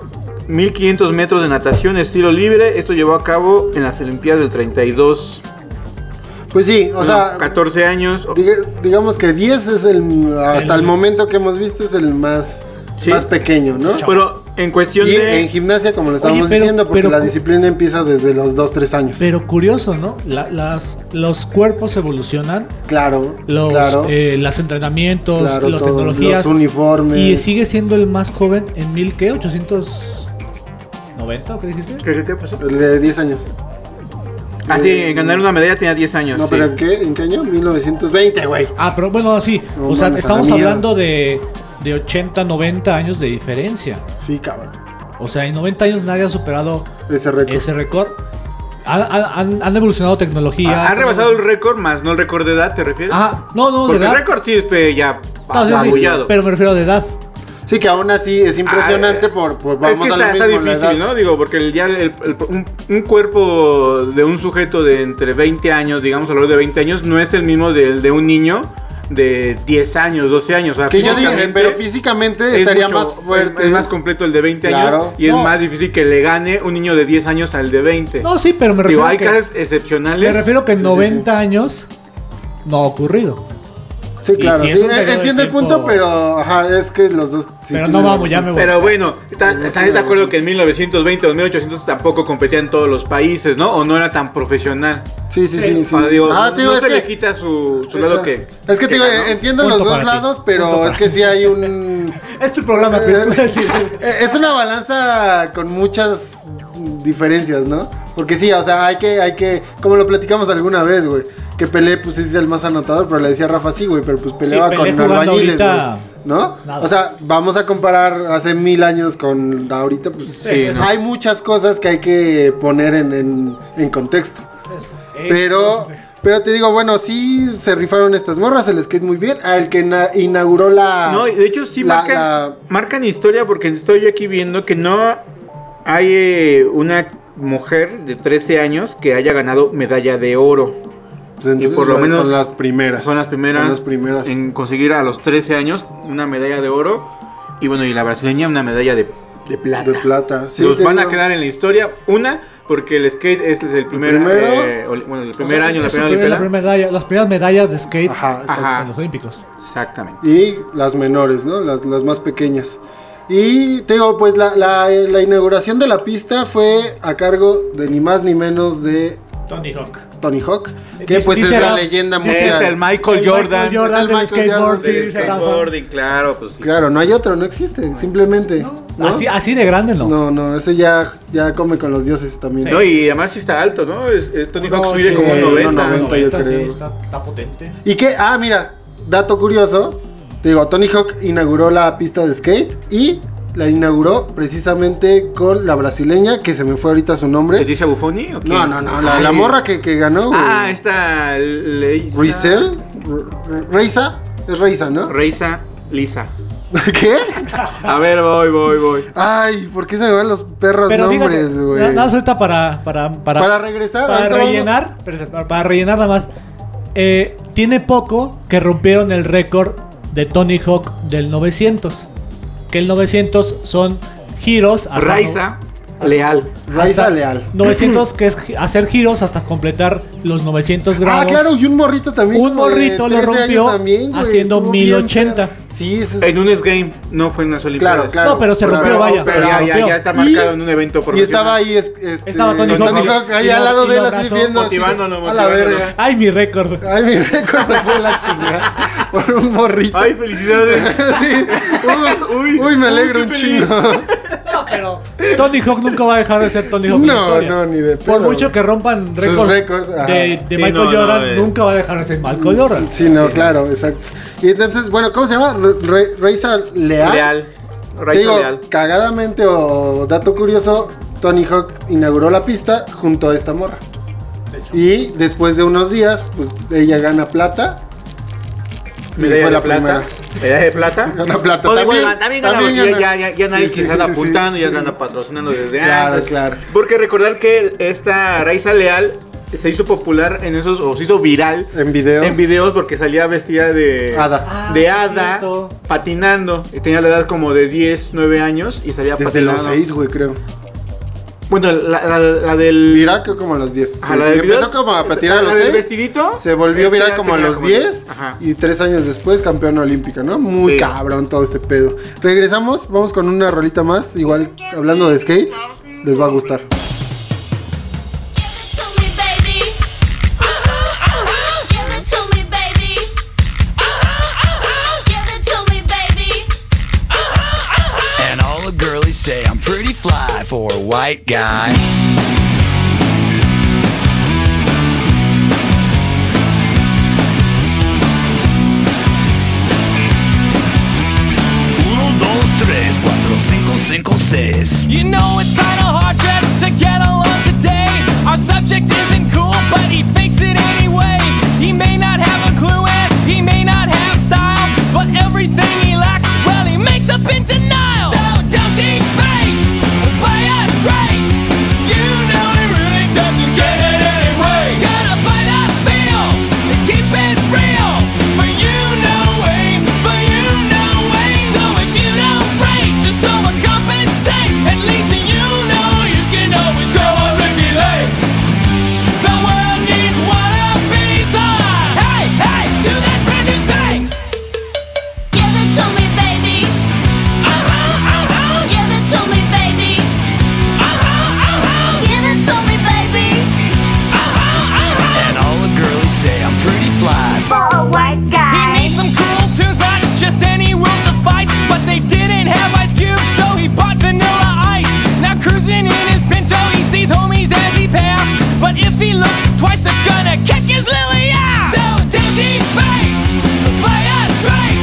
S4: 1500 metros de natación estilo libre. Esto llevó a cabo en las Olimpiadas del 32.
S3: Pues sí, o
S4: Bueno,
S3: sea,
S4: 14 años.
S3: diga- digamos que 10 es el hasta el,
S2: El-
S3: momento que hemos visto es el más
S4: Sí. Pues,
S3: más pequeño, ¿no?
S4: Pero en cuestión
S3: Y
S4: de
S3: en gimnasia, como lo estábamos
S2: pero-
S3: diciendo, porque
S2: pero-
S3: la disciplina empieza desde los 2-3 años.
S2: Pero curioso, ¿no? La- las, los cuerpos evolucionan,
S3: claro,
S2: los,
S3: claro.
S2: eh, las entrenamientos,
S3: Claro,
S2: las
S3: todo,
S2: tecnologías.
S3: los uniformes.
S2: Y sigue siendo el más joven en mil, ¿qué? ¿890? ¿o ¿Qué dijiste?
S4: ¿Qué, qué pasó?
S3: de 10 años.
S4: Ah, sí, en ganar una medalla tenía 10 años.
S3: Eh, No,
S4: sí.
S3: pero ¿en qué? ¿En qué año? 1920, güey.
S2: Ah, pero bueno, sí.
S3: No
S2: o sea,
S3: mames, a la
S2: estamos
S3: mierda.
S2: hablando de, de 80, 90 años de diferencia.
S3: Sí, cabrón.
S2: O sea, en 90 años nadie ha superado
S3: Ese récord.
S2: ese récord. Han, han- han- han evolucionado
S4: Ah,
S2: tecnología.
S4: ha rebasado el récord, más no el récord de edad, ¿te refieres?
S2: Ah, no, no, de
S4: Porque el
S2: edad.
S4: récord sí fue ya
S2: No, sí, sí,
S4: abullado.
S2: pero me refiero de edad.
S3: Sí, que aún así es impresionante
S4: Ah, eh,
S3: por, por vamos
S4: es que
S3: a lo
S4: está, está
S3: mismo, la
S4: difícil,
S3: edad.
S4: ¿no? Digo, porque el, ya el- el- un, un cuerpo de un sujeto de entre 20 años, digamos, a lo largo de 20 años, no es el mismo del de un niño de 10 años, 12 años. O sea,
S3: Que yo dije,
S4: físicamente
S3: pero físicamente
S4: es
S3: estaría
S4: mucho-
S3: más fuerte.
S4: Es, más completo el de 20
S3: Claro.
S4: años y
S2: No.
S4: es más difícil que le gane un niño de 10 años al de 20.
S2: No, sí, pero me refiero
S4: Digo,
S2: a
S4: hay
S2: que,
S4: casos excepcionales.
S2: me refiero que en
S3: Sí, sí,
S2: 90 años no ha ocurrido.
S3: sí,
S2: y
S3: claro.
S2: si es
S3: sí,
S2: un
S3: eh,
S2: periodo
S3: entiendo
S2: de
S3: el punto,
S2: tiempo-
S3: pero ajá, es que los dos. sí
S2: pero
S3: tienen
S2: no vamos,
S3: razón.
S2: ya me voy.
S4: Pero bueno, ¿estás,
S3: Pero no
S4: estás
S3: tiene
S4: de acuerdo
S3: razón.
S4: que en 1920, 1800 tampoco competían todos los países, ¿no? O no era tan profesional.
S3: Sí, sí, sí. sí.
S4: O sea, digo,
S3: Ajá,
S4: no-
S3: te digo,
S4: no
S3: es
S4: se le
S3: que-
S4: quita su, su
S3: eh,
S4: lado
S3: ah,
S4: que.
S3: Es que te digo,
S4: ganó.
S3: eh, entiendo
S2: Punto
S3: los
S2: para
S3: dos
S2: ti.
S3: lados,
S2: Punto
S3: pero es
S2: para
S3: que sí hay un.
S2: Este es tu programa, Pio, tú decides.
S3: Eh, Es una balanza con muchas diferencias, ¿no? Porque sí, o sea, hay que, hay que, como lo platicamos alguna vez, güey, que Pelé, pues es el más anotador, pero le decía Rafa, sí, güey, pero pues peleaba
S2: Pelé
S3: con
S2: jugando
S3: albañiles,
S2: ahorita,
S3: güey, ¿no?
S2: nada.
S3: O sea, vamos a comparar hace mil años con ahorita, pues
S4: Sí, ¿no?
S3: hay muchas cosas que hay que poner en, en- en contexto.
S2: Eh,
S3: Pero, pero te digo, bueno, sí se rifaron estas morras, el skate muy bien, al que na- inauguró la...
S4: No, y de hecho sí
S3: la-
S4: marcan,
S3: la-
S4: marcan historia porque estoy aquí viendo que no hay eh, una mujer de 13 años que haya ganado medalla de oro.
S3: Pues entonces
S4: Y por lo
S3: las-
S4: menos
S3: son las primeras.
S4: Son las primeras,
S3: Son las primeras.
S4: en conseguir a los 13 años una medalla de oro. Y bueno, y la brasileña una medalla de, de plata.
S3: De plata. Sí,
S4: Los
S3: te
S4: van a
S3: digo.
S4: quedar en la historia. Una, porque el skate es el primer,
S3: primero.
S4: eh, oli- bueno, el primer
S2: o sea,
S4: año, la
S2: Este es su primer- la
S4: primera Olimpiada.
S2: primera medalla- las primeras medallas de skate
S3: Ajá, exacto.
S4: Ajá.
S2: en los Olímpicos.
S4: Exactamente.
S3: Y las menores, ¿no? Las, las más pequeñas. Y te digo, pues la, la- la inauguración de la pista fue a cargo de ni más ni menos de
S2: Tony Hawk.
S3: Tony Hawk, que
S2: Dice-
S3: pues
S2: dice
S3: es la
S2: la-
S3: leyenda
S4: Es
S3: mundial.
S4: el Michael
S2: El
S4: Jordan.
S2: Michael Jordan
S3: Es el
S2: del
S3: Michael
S2: skateboard,
S3: Jordan
S2: sí,
S4: del
S3: del
S2: dice Rafa.
S4: skateboarding, claro, pues sí.
S3: Claro, no hay otro, no existe, simplemente. ¿no?
S2: Así, así de grande no.
S3: no, no, ese ya, ya come con los dioses también.
S4: No, y además sí está alto, ¿no? Es, es Tony Hawk
S2: No,
S4: mide
S2: sí,
S4: como
S3: uno
S4: 90.
S3: 90. yo creo.
S2: está, está potente.
S3: Y que, ah, mira, dato curioso. Te digo, Tony Hawk inauguró la pista de skate y la inauguró precisamente con la brasileña, que se me fue ahorita su
S4: ¿Le
S3: nombre.
S4: dice Buffoni o qué?
S3: No, no, no, la, la
S4: Ay.
S3: morra que, que ganó. güey.
S4: Ah, esta Leisa.
S3: ¿Rizel? R- ¿Reisa? Es Reisa, ¿no?
S4: Reisa Lisa.
S3: ¿Qué?
S4: A ver, voy, voy, voy.
S3: Ay, ¿por qué se me van los perros
S2: Pero fíjate,
S3: nombres, güey?
S2: nada más ahorita para, para, para,
S3: Para regresar,
S2: para
S3: ahorita vamos-
S2: rellenar, espérate, para, para rellenar nada más. Eh, tiene poco que rompieron el récord de Tony Hawk del 900. Que el 900 son giros. hasta
S4: Raiza Leal.
S2: no-
S3: Reisa
S2: hasta
S3: Leal.
S2: 900 que es gi- hacer giros hasta completar los 900 grados.
S3: Ah, claro, y un morrito también.
S2: Un
S3: como de
S2: morrito lo
S3: 13 años
S2: rompió
S3: también, güey,
S2: haciendo
S3: estuvo bien
S2: 1080.
S3: perro. sí, es- es-
S4: En un game no fue en las
S3: claro,
S4: Olimpiadas.
S3: claro.
S2: No, pero se
S3: Pero-
S2: rompió, vaya.
S4: Pero
S3: pero-
S4: ya,
S2: se
S4: ya,
S2: rompió.
S4: ya está
S3: Y-
S4: marcado en un evento
S3: Y
S4: profesional.
S3: estaba ahí. es- este,
S2: Estaba Tony
S4: Tony
S3: Hawk.
S4: Hawk.
S3: ahí
S2: Y
S3: al
S2: lo-
S3: lado
S2: y
S3: de él,
S2: lo
S3: así
S2: abrazó.
S3: viendo. así de,
S4: Motivándolo,
S3: a la
S4: motivándolo.
S3: verga.
S2: Ay, mi récord.
S3: Ay, mi récord se fue a la chingada. Por un morrito.
S4: ¡Ay, felicidades!
S3: Sí. Uy,
S4: Uy,
S3: uy, me alegro
S4: uy,
S3: un
S4: qué
S3: chingo.
S2: Tony Hawk nunca va a dejar de ser Tony Hawk. en la
S3: No,
S2: historia.
S3: no, ni de
S2: Por
S3: pedo.
S2: mucho que rompan récords
S3: récords, ajá.
S2: de, de
S4: Sí,
S2: Michael
S4: no, no,
S2: Jordan,
S4: eh.
S2: nunca va a dejar de ser Michael Jordan.
S3: Sí, no, claro, exacto. Y entonces, bueno, ¿cómo se llama? Re- Re- Raiza Leal.
S4: Leal.
S3: Ah, Te
S4: Raiza
S3: digo,
S4: Leal.
S3: cagadamente o dato curioso, Tony Hawk inauguró la pista junto a esta morra. Y después de unos días, pues ella gana plata. Y
S4: Medalla
S3: fue
S4: de
S3: la
S4: plata.
S3: primera.
S4: Medalla de plata.
S3: Gana plata.
S4: Oh,
S3: También-
S4: bueno, también gana,
S3: también
S4: porque
S3: gana.
S4: Ya, ya, ya nadie
S3: Sí,
S4: se
S3: sí,
S4: anda
S3: sí, sí.
S4: apuntando, ya se anda patrocinando desde
S3: Claro,
S4: antes.
S3: claro.
S4: Porque recordar que esta Raiza Leal se hizo popular en esos, o se hizo viral.
S3: En videos.
S4: En videos porque salía vestida de
S3: Hada.
S4: de
S2: Ah, sí,
S4: hada
S2: cierto.
S4: patinando y tenía la edad como de 10, 9 años y salía
S3: Desde
S4: patinando.
S3: los 6, güey, creo.
S4: Bueno, la, la- la del
S3: Viral creo como a los 10. Sí,
S4: Ajá, Ah, la
S3: sí,
S4: del
S3: empezó
S4: video-
S3: como a patinar a
S4: la
S3: los
S4: del
S3: 6.
S4: vestidito,
S3: Se volvió
S4: este
S3: viral
S4: ya
S3: como a
S4: tenía
S3: los
S4: como
S3: 10.
S4: Ajá.
S3: Y tres años después, campeona olímpica, ¿no? Muy
S4: Sí.
S3: cabrón todo este pedo. Regresamos, vamos con una rolita más. Igual hablando de skate, les va a gustar.
S6: Give it to me, baby. Give it to me, baby. Give it to me, baby.
S7: And all the girlies say I'm pretty fly for a white guy. Uno, dos, tres, cuatro, cinco, cinco, seis.
S5: You know it's kinda hard just to get along today. Our subject isn't cool, but he fakes it anyway. He may not have a clue and he may not have style, but everything he lacks, well, he makes up in denial. So don't deep fake, play us straight. You know he really doesn't get it anyway. Gotta fight that feel and keep it real. For you know way, for you know way. So if you don't break, just overcompensate. At least you know you can always go on regulate. The world needs one a piece of. Hey, hey, do that brand new thing.
S6: Give it to me, baby.
S5: Uh huh, uh huh,
S6: Give it to me, baby.
S5: uh huh, uh huh,
S6: Give it to me, baby.
S5: uh huh, uh huh.
S7: And all the girlies say I'm pretty fly.
S5: He made some cool tunes, not just any rules to fight. But they didn't have ice cubes, so he bought vanilla ice. Now cruising in his pinto, he sees homies as he passed. But if he looks twice, they're gonna kick his lily ass. So don't debate, play us straight.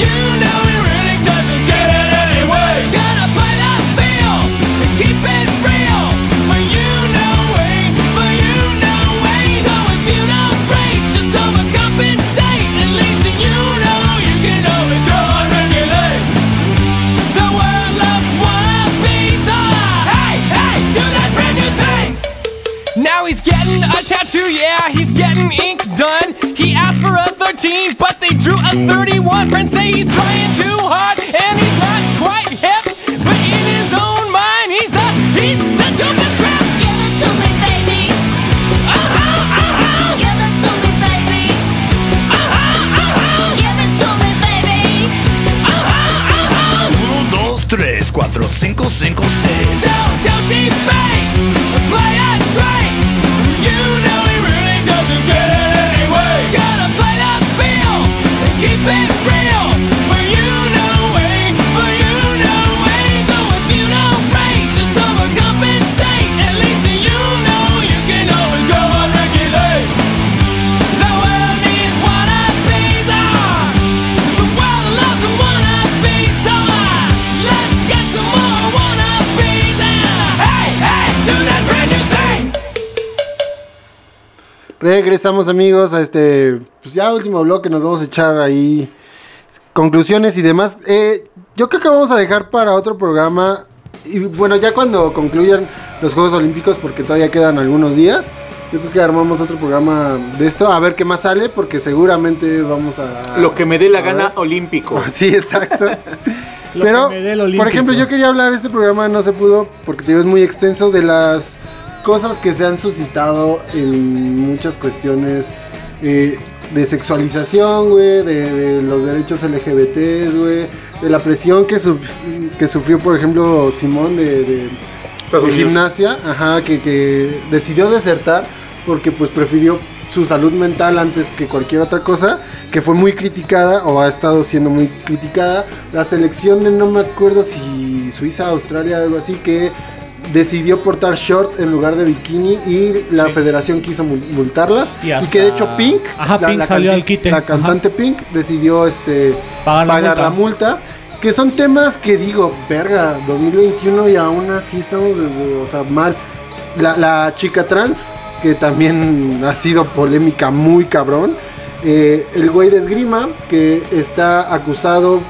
S5: You know he really doesn't get it anyway. Gotta play the field and keep it real. For you know way, for you know way. So if you don't break, just overcompensate. At least you know you can always go on regulate. The world loves one piece of. Hey, hey, do that brand new thing. Now he's getting a tattoo, yeah, he's getting ink done. He asked for a 13, but they drew a 31. Friends say he's trying too hard, and he's not quite hip. But in his own mind, he's the, he's the dopest trap.
S6: Give it to me, baby.
S5: Uh-huh, uh-huh,
S6: Give it to me, baby.
S5: uh-huh, uh-huh,
S6: Give it to me, baby.
S5: uh-huh, uh-huh.
S7: Uno, dos, tres, cuatro, cinco, cinco,
S5: So
S7: seis.
S5: don't debate, play it straight. You know he really doesn't get it anyway. Gotta play the field and keep it real. For you know way, for you know way. So if you don't rate, just overcompensate. At least you know you can always go on regulate. The world needs one piece of. The world loves one piece of. Let's get some more one piece Hey, hey, do that brand new thing.
S3: Regresamos amigos a este, pues ya último bloque, nos vamos a echar ahí conclusiones y demás. Eh, yo creo que vamos a dejar para otro programa, y bueno, ya cuando concluyan los Juegos Olímpicos, porque todavía quedan algunos días, yo creo que armamos otro programa de esto, a ver qué más sale, porque seguramente vamos a...
S4: Lo que me dé la
S3: a
S4: gana
S3: ver.
S4: olímpico.
S3: Sí, exacto.
S2: Lo
S3: Pero,
S2: que me dé el
S3: por
S2: Olímpico.
S3: ejemplo, yo quería hablar, este programa no se pudo, porque te digo, es muy extenso, de las cosas que se han suscitado en muchas cuestiones eh, de sexualización, güey, de, de los derechos LGBTs, güey, de la presión que, suf- que sufrió, por ejemplo, Simón de, de-
S4: Estados
S3: de
S4: Unidos.
S3: gimnasia, ajá, que, que decidió desertar porque pues prefirió su salud mental antes que cualquier otra cosa, que fue muy criticada o ha estado siendo muy criticada. La selección de no me acuerdo si Suiza, Australia, algo así, que decidió portar short en lugar de bikini y la federación quiso mul- multarlas.
S2: Y
S3: Y,
S2: hasta-
S3: que de hecho Pink,
S2: Ajá, Pink salió
S3: canti-
S2: al quite.
S3: la
S2: Ajá.
S3: cantante Pink decidió este,
S2: Pagar
S3: pagar,
S2: Ah, la
S3: la, multa. Que son temas que digo, verga, 2021 y aún así estamos desde- o sea, mal. La, la chica trans, que también ha sido polémica muy cabrón. Eh, el güey de esgrima, que está acusado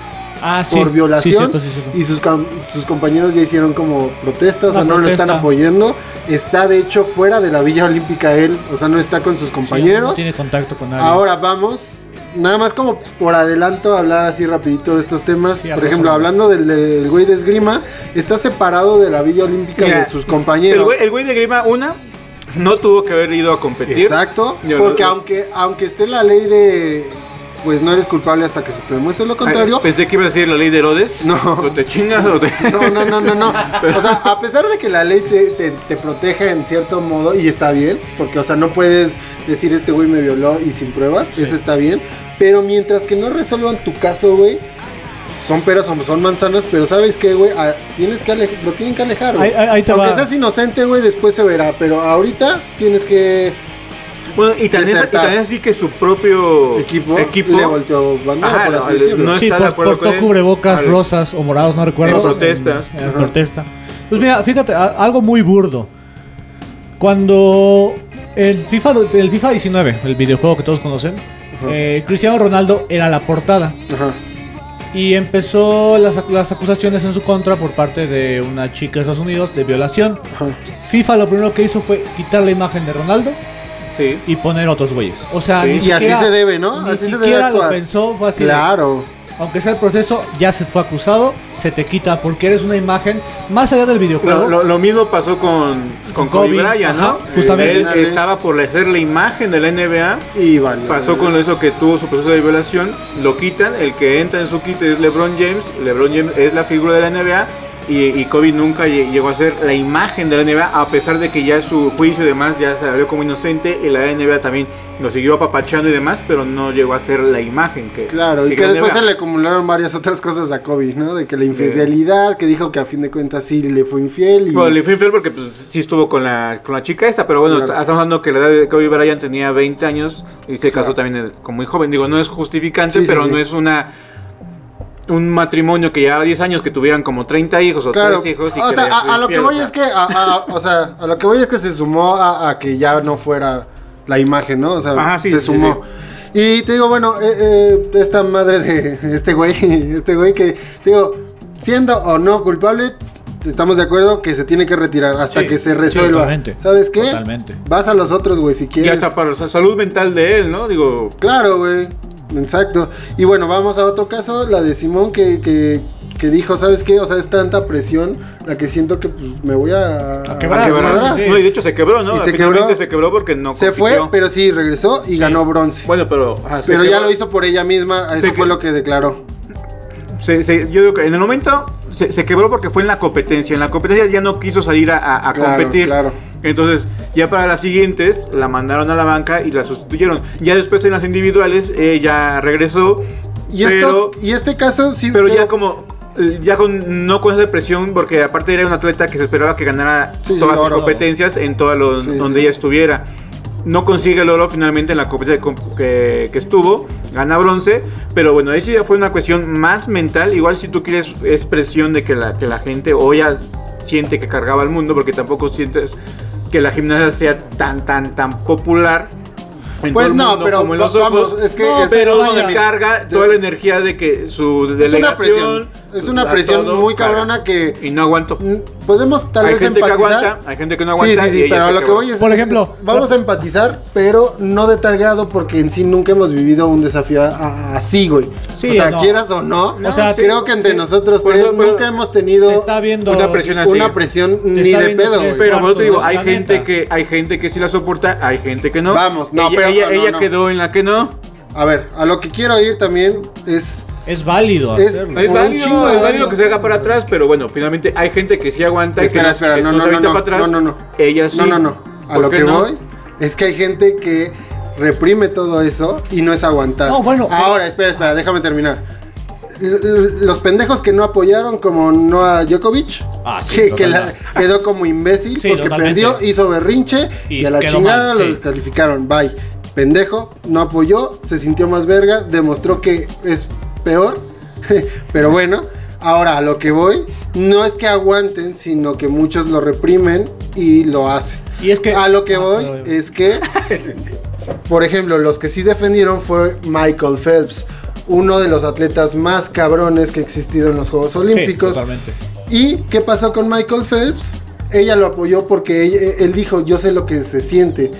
S2: Ah, sí.
S3: por violación.
S2: Sí, cierto, sí, cierto.
S3: Y sus, cam- sus compañeros ya hicieron como protestas,
S2: Una
S3: o sea, no
S2: protesta.
S3: lo están apoyando. Está de hecho fuera de la Villa Olímpica él, o sea, no está con sus
S2: No
S3: compañeros.
S2: tiene contacto con nadie.
S3: Ahora vamos, nada más como por adelanto, a hablar así rapidito de estos temas.
S2: Sí,
S3: por
S2: arroz,
S3: ejemplo,
S2: arroz.
S3: hablando del, del güey de esgrima, está separado de la Villa Olímpica
S4: Mira,
S3: de sus
S4: El
S3: compañeros.
S4: güey, el güey de Grima, una, no tuvo que haber ido a competir.
S3: Exacto,
S4: Yo no-
S3: porque aunque, aunque esté la ley de, pues no eres culpable hasta que se te demuestre lo
S4: Ay,
S3: contrario,
S4: Ah, Pensé que iba a decir la ley de Herodes.
S3: No.
S4: O te chingas o te.
S3: No, no, no, no, no. O sea, a pesar de que la ley te, te, te protege en cierto modo, y está bien, porque, o sea, no puedes decir este güey me violó y sin pruebas, eso está bien. Pero mientras que no resuelvan tu caso, güey, son peras o son manzanas, pero ¿sabes qué, güey? Ah, tienes que ale- lo tienen que alejar, güey.
S2: Ahí- ahí- ahí te
S3: Aunque
S2: va.
S3: seas inocente, güey, después se verá, pero ahorita tienes que.
S4: Bueno, y también, y
S3: Desertar.
S4: también así que su propio
S3: Equipo, le volteó bandera,
S4: Oh, Ajá,
S3: por
S4: no,
S3: así
S4: el-
S3: decirlo.
S4: no
S2: sí,
S4: está de
S2: por-
S4: acuerdo
S2: portó
S4: con él.
S2: cubrebocas
S4: Al-
S2: rosas o morados, no recuerdo.
S4: En protestas.
S2: En, en protesta. Pues mira, fíjate, a- algo muy burdo. Cuando el FIFA, do- el FIFA 19, el videojuego que todos conocen, eh, Cristiano Ronaldo era la portada.
S3: Ajá.
S2: Y empezó las, ac- las acusaciones en su contra por parte de una chica de Estados Unidos de violación.
S3: Ajá.
S2: FIFA lo primero que hizo fue quitar la imagen de Ronaldo
S4: Sí.
S2: y poner otros güeyes. O sea,
S4: Sí.
S2: ni
S4: Y
S3: así
S2: siquiera-
S3: se debe, ¿no?
S2: Ni
S3: Así se debe
S2: siquiera lo
S3: actuar.
S2: pensó, fue así. de,
S3: Claro.
S2: aunque sea el proceso, ya se fue acusado, se te quita porque eres una imagen más allá del videojuego.
S4: Lo, lo- lo mismo pasó con, con Kobe,
S2: Kobe,
S4: Bryant, ¿no?
S2: ajá, justamente.
S4: Él estaba por hacer la imagen de la NBA.
S3: Y vale.
S4: Pasó con eso que tuvo su proceso de violación, lo quitan, el que entra en su kit es LeBron James, LeBron James es la figura de la NBA y, y Kobe nunca lle- llegó a ser la imagen de la NBA a pesar de que ya su juicio y demás ya se abrió como inocente y la NBA también lo siguió apapachando y demás, pero no llegó a ser la imagen que...
S3: Claro, y que
S4: la
S3: después
S4: NBA.
S3: se le acumularon varias otras cosas a Kobe, ¿no? De que la infidelidad, que dijo que a fin de cuentas sí le fue infiel. Y...
S4: Bueno, le fue infiel porque pues, sí estuvo con la, con la chica esta, pero bueno,
S3: Claro.
S4: t- estamos hablando que la edad de Kobe Bryant tenía 20 años y se casó también eh, como muy joven. Digo, no es justificante,
S3: Sí, sí,
S4: pero
S3: sí.
S4: no es una un matrimonio que llevaba 10 años que tuvieran como 30 hijos o
S3: claro.
S4: 3 hijos. y
S3: o
S4: que
S3: sea,
S4: le
S3: a,
S4: fue
S3: a lo que
S4: infiel,
S3: voy
S4: o sea.
S3: es que, a, a- o sea, a lo que voy es que se sumó a, a que ya no fuera la imagen, ¿no? O sea,
S4: Ajá, sí,
S3: se
S4: sí,
S3: sumó.
S4: sí.
S3: Y te digo, bueno, eh, eh, esta madre de este güey, este güey que, te digo, siendo o no culpable, estamos de acuerdo que se tiene que retirar hasta
S2: Sí,
S3: que se
S2: sí,
S3: resuelva.
S2: totalmente.
S3: ¿Sabes qué?
S2: Totalmente.
S3: Vas a los otros, güey, si
S4: Ya
S3: quieres.
S4: está para la salud mental de él, ¿no? Digo,
S3: Claro, güey. Exacto. Y bueno, vamos a otro caso, la de Simón, que, que, que dijo, ¿sabes qué? O sea, es tanta presión la que siento que pues, me voy a...
S2: A quebrar,
S3: a
S2: quebrar,
S3: quebrar.
S2: sí.
S4: no, y de hecho se quebró, ¿no?
S3: Y se
S4: Finalmente
S3: quebró.
S4: se quebró porque no
S3: Se
S4: compitió.
S3: fue, pero sí, regresó y ganó bronce.
S4: Bueno, pero... ajá, se
S3: pero ya
S4: quebró.
S3: lo hizo por ella misma, eso
S4: Se
S3: fue
S4: que-
S3: lo que declaró.
S4: Se- se- yo digo que en el momento se, se quebró porque fue en la competencia. En la competencia ya no quiso salir a, a- a
S3: Claro,
S4: competir.
S3: claro.
S4: Entonces, ya para las siguientes, la mandaron a la banca y la sustituyeron. Ya después en las individuales, ella regresó.
S3: Y,
S4: pero,
S3: estos, y este caso sí...
S4: pero ya
S3: digo,
S4: como. eh, Ya con, no con esa presión, porque aparte era un atleta que se esperaba que ganara
S3: Sí, sí,
S4: todas sus
S3: oro.
S4: competencias en todas los-
S3: Sí,
S4: donde
S3: sí.
S4: ella estuviera. No consigue el oro finalmente en la competencia que- que, que estuvo, gana bronce, pero bueno, ahí sí ya fue una cuestión más mental. Igual si tú quieres, es presión de que la, que la gente o ya siente que cargaba al mundo, porque tampoco sientes que la gimnasia sea tan, tan, tan popular. en
S3: Pues
S4: todo el
S3: no,
S4: mundo
S3: pero
S4: como en los
S3: va- vamos,
S4: ojos.
S3: es que
S4: No,
S3: es
S4: pero
S3: uno de
S4: se
S3: mi-
S4: carga toda la energía de que su
S3: Es una
S4: delegación
S3: presión. Es una
S4: da
S3: presión
S4: Pues, todo
S3: muy
S4: para-
S3: cabrona que-
S4: Y no aguanto.
S3: mm, Podemos tal
S4: hay
S3: vez
S4: gente que
S3: empatizar.
S4: aguanta, hay gente que no aguanta.
S3: Sí, sí,
S4: y
S3: sí,
S4: ella
S3: pero a
S4: se
S3: lo que
S4: quebró.
S3: voy es.
S2: Por
S3: es-
S2: ejemplo,
S3: es- vamos a empatizar, pero no de tal grado, porque en sí nunca hemos vivido un desafío a- a- así, güey.
S2: Sí,
S3: o sea,
S2: no.
S3: quieras o no,
S2: No,
S3: o sea,
S2: sí,
S3: creo que entre
S4: sí.
S3: nosotros
S4: Por
S3: tres
S4: eso, pero-
S3: nunca hemos tenido
S2: Te está viendo.
S4: Una presión así.
S3: una presión ni
S2: está
S3: de
S2: viendo
S3: pedo,
S2: tres,
S3: güey.
S4: Pero por eso te
S2: cuarto
S4: digo,
S2: del
S4: hay gente
S2: planeta.
S4: que hay gente que sí la soporta, hay gente que no.
S3: Vamos, no,
S4: ella,
S3: pero
S4: ella,
S3: no,
S4: ella
S3: no.
S4: quedó en la que no.
S3: A ver, a lo que quiero ir también es.
S2: Es válido.
S3: Es-
S2: hacerlo.
S4: Es
S3: Por un chingo
S4: válido,
S3: de
S4: es
S3: años.
S4: válido que se haga para atrás, pero bueno, finalmente hay gente que sí aguanta. y
S3: Espera,
S4: que
S3: espera,
S4: que
S3: no,
S4: se
S3: no, no,
S4: avienta
S3: no,
S4: para atrás.
S3: no, no, no.
S4: Ella sí.
S3: No, no, no. A
S4: ¿Por
S3: lo
S4: qué
S3: que
S4: no?
S3: voy es que hay gente que reprime todo eso y no es aguantar.
S2: No, bueno, pero-
S3: Ahora, espera, espera, déjame terminar. L- l- Los pendejos que no apoyaron, como Noah Djokovic,
S2: Ah, sí,
S3: que, que la-
S2: totalmente.
S3: quedó como imbécil
S2: Sí,
S3: porque
S2: totalmente.
S3: perdió, hizo berrinche
S2: Y
S3: y a la
S2: quedó
S3: chingada
S2: mal,
S3: lo
S2: sí.
S3: descalificaron. Bye. Pendejo, no apoyó, se sintió más verga, demostró que es peor. Pero bueno, ahora a lo que voy, no es que aguanten, sino que muchos lo reprimen y lo hacen.
S2: Y es que-
S3: a lo que
S2: Ah,
S3: voy
S2: pero-
S3: es que, por ejemplo, los que sí defendieron fue Michael Phelps, uno de los atletas más cabrones que ha existido en los Juegos
S2: Sí,
S3: Olímpicos.
S2: totalmente.
S3: ¿Y qué pasó con Michael Phelps? Ella lo apoyó porque ella- e, él dijo, yo sé lo que se siente.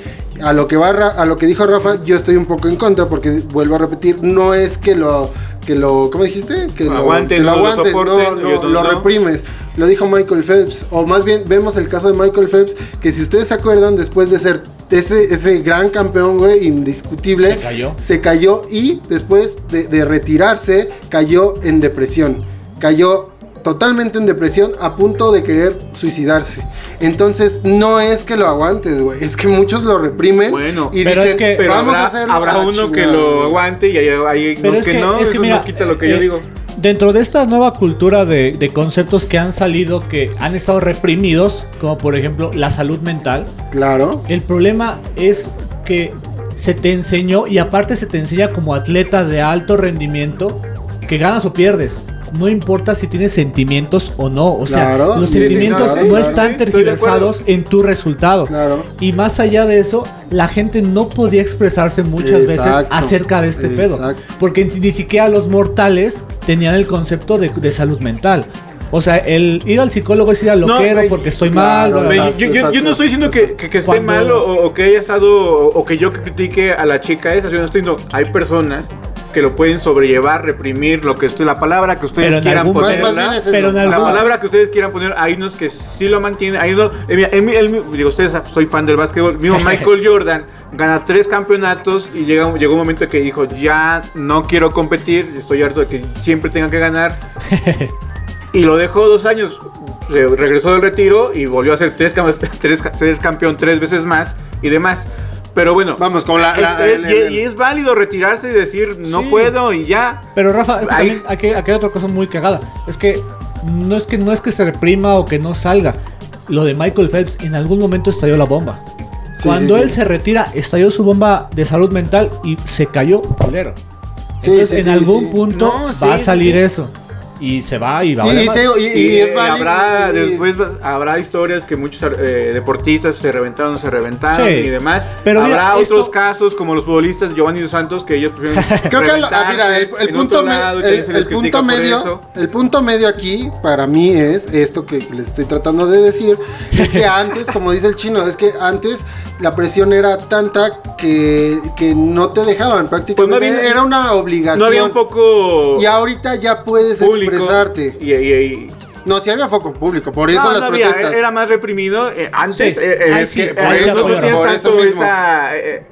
S3: A lo que, va, Ra- a lo que dijo Rafa, yo estoy un poco en contra porque, vuelvo a repetir, no es que lo... Que lo ¿Cómo dijiste? Que lo
S4: Aguanten,
S3: que lo
S4: no lo
S3: aguantes, no,
S4: soporten,
S3: no,
S4: y otros
S3: lo
S4: no.
S3: reprimes. Lo dijo Michael Phelps. O más bien, vemos el caso de Michael Phelps, que si ustedes se acuerdan, después de ser ese, ese gran campeón, güey, indiscutible,
S2: Se cayó.
S3: se cayó y después de, de retirarse cayó en depresión. Cayó totalmente en depresión a punto de querer suicidarse. Entonces no es que lo aguantes, güey. Es que muchos lo reprimen
S4: Bueno,
S3: y
S2: pero
S3: dicen,
S2: es que-
S4: Pero
S3: vamos
S4: habrá,
S3: a hacer
S4: habrá uno que lo aguante y hay, hay
S2: Pero
S4: unos
S2: es
S4: que,
S2: que,
S4: no.
S2: es que
S4: eso
S2: mira,
S4: no quita lo que yo
S2: eh,
S4: digo.
S2: Dentro de esta nueva cultura de, de conceptos que han salido, que han estado reprimidos, como por ejemplo la salud mental,
S3: Claro.
S2: el problema es que se te enseñó, y aparte se te enseña como atleta de alto rendimiento, que ganas o pierdes. No importa si tienes sentimientos o no. O sea,
S3: Claro.
S2: los
S3: Sí, sí,
S2: sentimientos
S3: claro,
S2: no están
S3: claro.
S4: Sí, estoy de acuerdo.
S2: tergiversados en tu resultado.
S3: Claro.
S2: Y más allá de eso, la gente no podía expresarse muchas veces
S3: Exacto.
S2: acerca de este pedo.
S3: Exacto.
S2: Porque ni siquiera los mortales tenían el concepto de, de salud mental. O sea, el ir al psicólogo es ir al
S4: No,
S2: loquero
S4: güey,
S2: porque estoy
S3: claro,
S2: mal. bla, bla,
S4: Ve,
S3: exacto,
S4: yo, yo- yo
S3: exacto,
S4: no estoy diciendo que,
S3: exacto.
S4: que- que esté
S2: Cuando-
S4: mal o, o que haya estado o que yo critique a la chica esa. Yo no estoy diciendo, hay personas que lo pueden sobrellevar, reprimir, lo que estoy, la palabra que ustedes
S2: Pero en
S4: quieran
S2: algún-
S3: Más,
S4: ponerla.
S3: más bien es eso.
S2: Pero en
S4: La
S2: algún-
S3: Ajá.
S4: palabra que ustedes quieran poner, hay unos que sí lo mantienen. Hay unos, eh, mira, en mi- en mi- digo, ustedes soy fan del básquetbol. Mismo Michael Jordan gana tres campeonatos y llega, un- llegó un momento que dijo: Ya no quiero competir, estoy harto de que siempre tenga que ganar. y lo dejó dos años. se regresó del retiro y volvió a ser tres, cam- tres, ca- ser campeón tres veces más y demás. Pero bueno,
S3: Vamos, con la-
S4: es-
S3: la-
S4: es-
S3: el-
S4: y,
S3: el-
S4: y es válido retirarse y decir: No
S2: Sí.
S4: puedo y ya.
S2: Pero Rafa, es que
S4: Ahí-
S2: también aquí, aquí hay otra cosa muy cagada. Es que no es que no es que se reprima o que no salga. Lo de Michael Phelps en algún momento estalló la bomba.
S3: Sí,
S2: Cuando
S3: sí, sí.
S2: él se retira, estalló su bomba de salud mental y se cayó culero.
S3: Sí,
S2: Entonces,
S3: sí,
S2: en
S3: sí,
S2: algún
S3: sí.
S2: punto
S4: No,
S2: va a
S4: sí,
S2: salir
S4: sí.
S2: eso. Y se va y va a
S3: Y,
S2: valer
S3: y te
S2: madre.
S3: digo, y- y
S4: Y,
S3: es
S4: eh,
S3: válido,
S4: Habrá,
S3: y-
S4: después va- habrá historias que muchos eh, deportistas se reventaron, se reventaron
S2: Sí.
S4: y demás.
S2: Pero
S4: habrá
S2: mira, esto-
S4: otros casos como los futbolistas Giovanni dos Santos que ellos tuvieron
S3: Creo que lo- ah, mira, el, el punto, me- el- el punto medio, el punto medio aquí para mí es esto que les estoy tratando de decir, es que antes, como dice el chino, es que antes la presión era tanta que, que no te dejaban prácticamente,
S4: Pues no había-
S3: era una obligación.
S4: No había un poco
S3: y ahorita ya puedes
S4: público.
S3: expresarte.
S4: Y, y- y-
S3: No, si había foco público, por eso
S4: No,
S3: las
S4: no había,
S3: protestas.
S4: era más reprimido. eh, antes,
S2: Sí,
S4: eh, eh,
S2: ahí
S4: es
S2: sí,
S4: que,
S2: por
S4: eh,
S2: eso,
S4: no
S2: por
S4: tienes
S3: eso
S4: tanto
S3: mismo.
S4: esa, eh,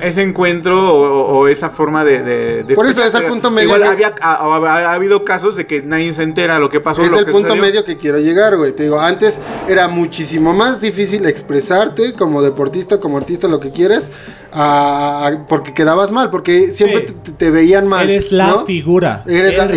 S4: ese encuentro o, o- o esa forma de, de- de
S3: Por eso es el
S4: expresarse.
S3: punto medio
S4: Igual
S3: que-
S4: había, ha, ha- ha habido casos de que nadie se entera lo que pasó.
S3: Es
S4: lo
S3: el
S4: que
S3: punto
S4: sucedió.
S3: medio que quiero llegar, güey. Te digo, antes era muchísimo más difícil expresarte como deportista, como artista, lo que quieras, a- a- porque quedabas mal, porque siempre
S2: Sí.
S3: te, te veían mal.
S2: Eres la
S3: ¿no?
S2: figura,
S3: Eres
S2: el
S3: la- exacto,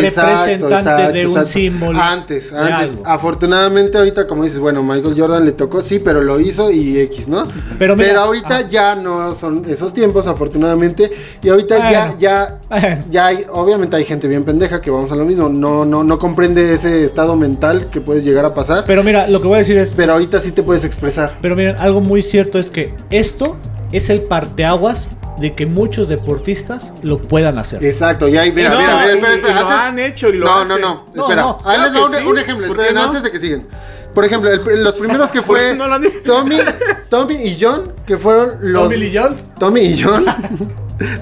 S2: representante
S3: exacto,
S2: de un
S3: exacto.
S2: símbolo.
S3: Antes,
S2: de
S3: antes.
S2: algo.
S3: Afortunadamente, ahorita, como dices, bueno, Michael Jordan le tocó, sí, pero lo hizo y X, ¿no?
S2: Pero mira- ah.
S3: ahorita
S2: ajá.
S3: ya no son esos tiempos, afortunadamente. Y ahorita
S2: Bueno.
S3: ya, ya,
S2: Bueno.
S3: ya hay, obviamente hay gente bien pendeja que vamos a lo mismo, no, no, no comprende ese estado mental que puedes llegar a pasar, pero,
S2: Pero mira, lo que voy a decir es.
S3: ahorita sí te puedes expresar.
S2: Pero miren, algo muy cierto es que esto es el parteaguas de que muchos deportistas lo puedan hacer.
S3: Exacto, ya hay, mira,
S4: No,
S3: mira, mira, espera,
S4: y-
S3: espera,
S4: y lo
S3: antes-
S4: han hecho y lo
S3: No, no,
S4: hacen.
S3: no,
S2: No,
S3: espera.
S2: no,
S3: Ahí les va
S4: claro
S3: un,
S4: que sí.
S3: un ejemplo,
S4: ¿Por qué
S3: esperen,
S4: no?
S3: antes de que siguen. Por ejemplo, el- los primeros que
S4: ¿Por qué
S3: fue
S4: no lo han hecho?
S3: Tommy, Tommy y John, que fueron los
S2: Tommy Lee Jones.
S3: Tommy y John.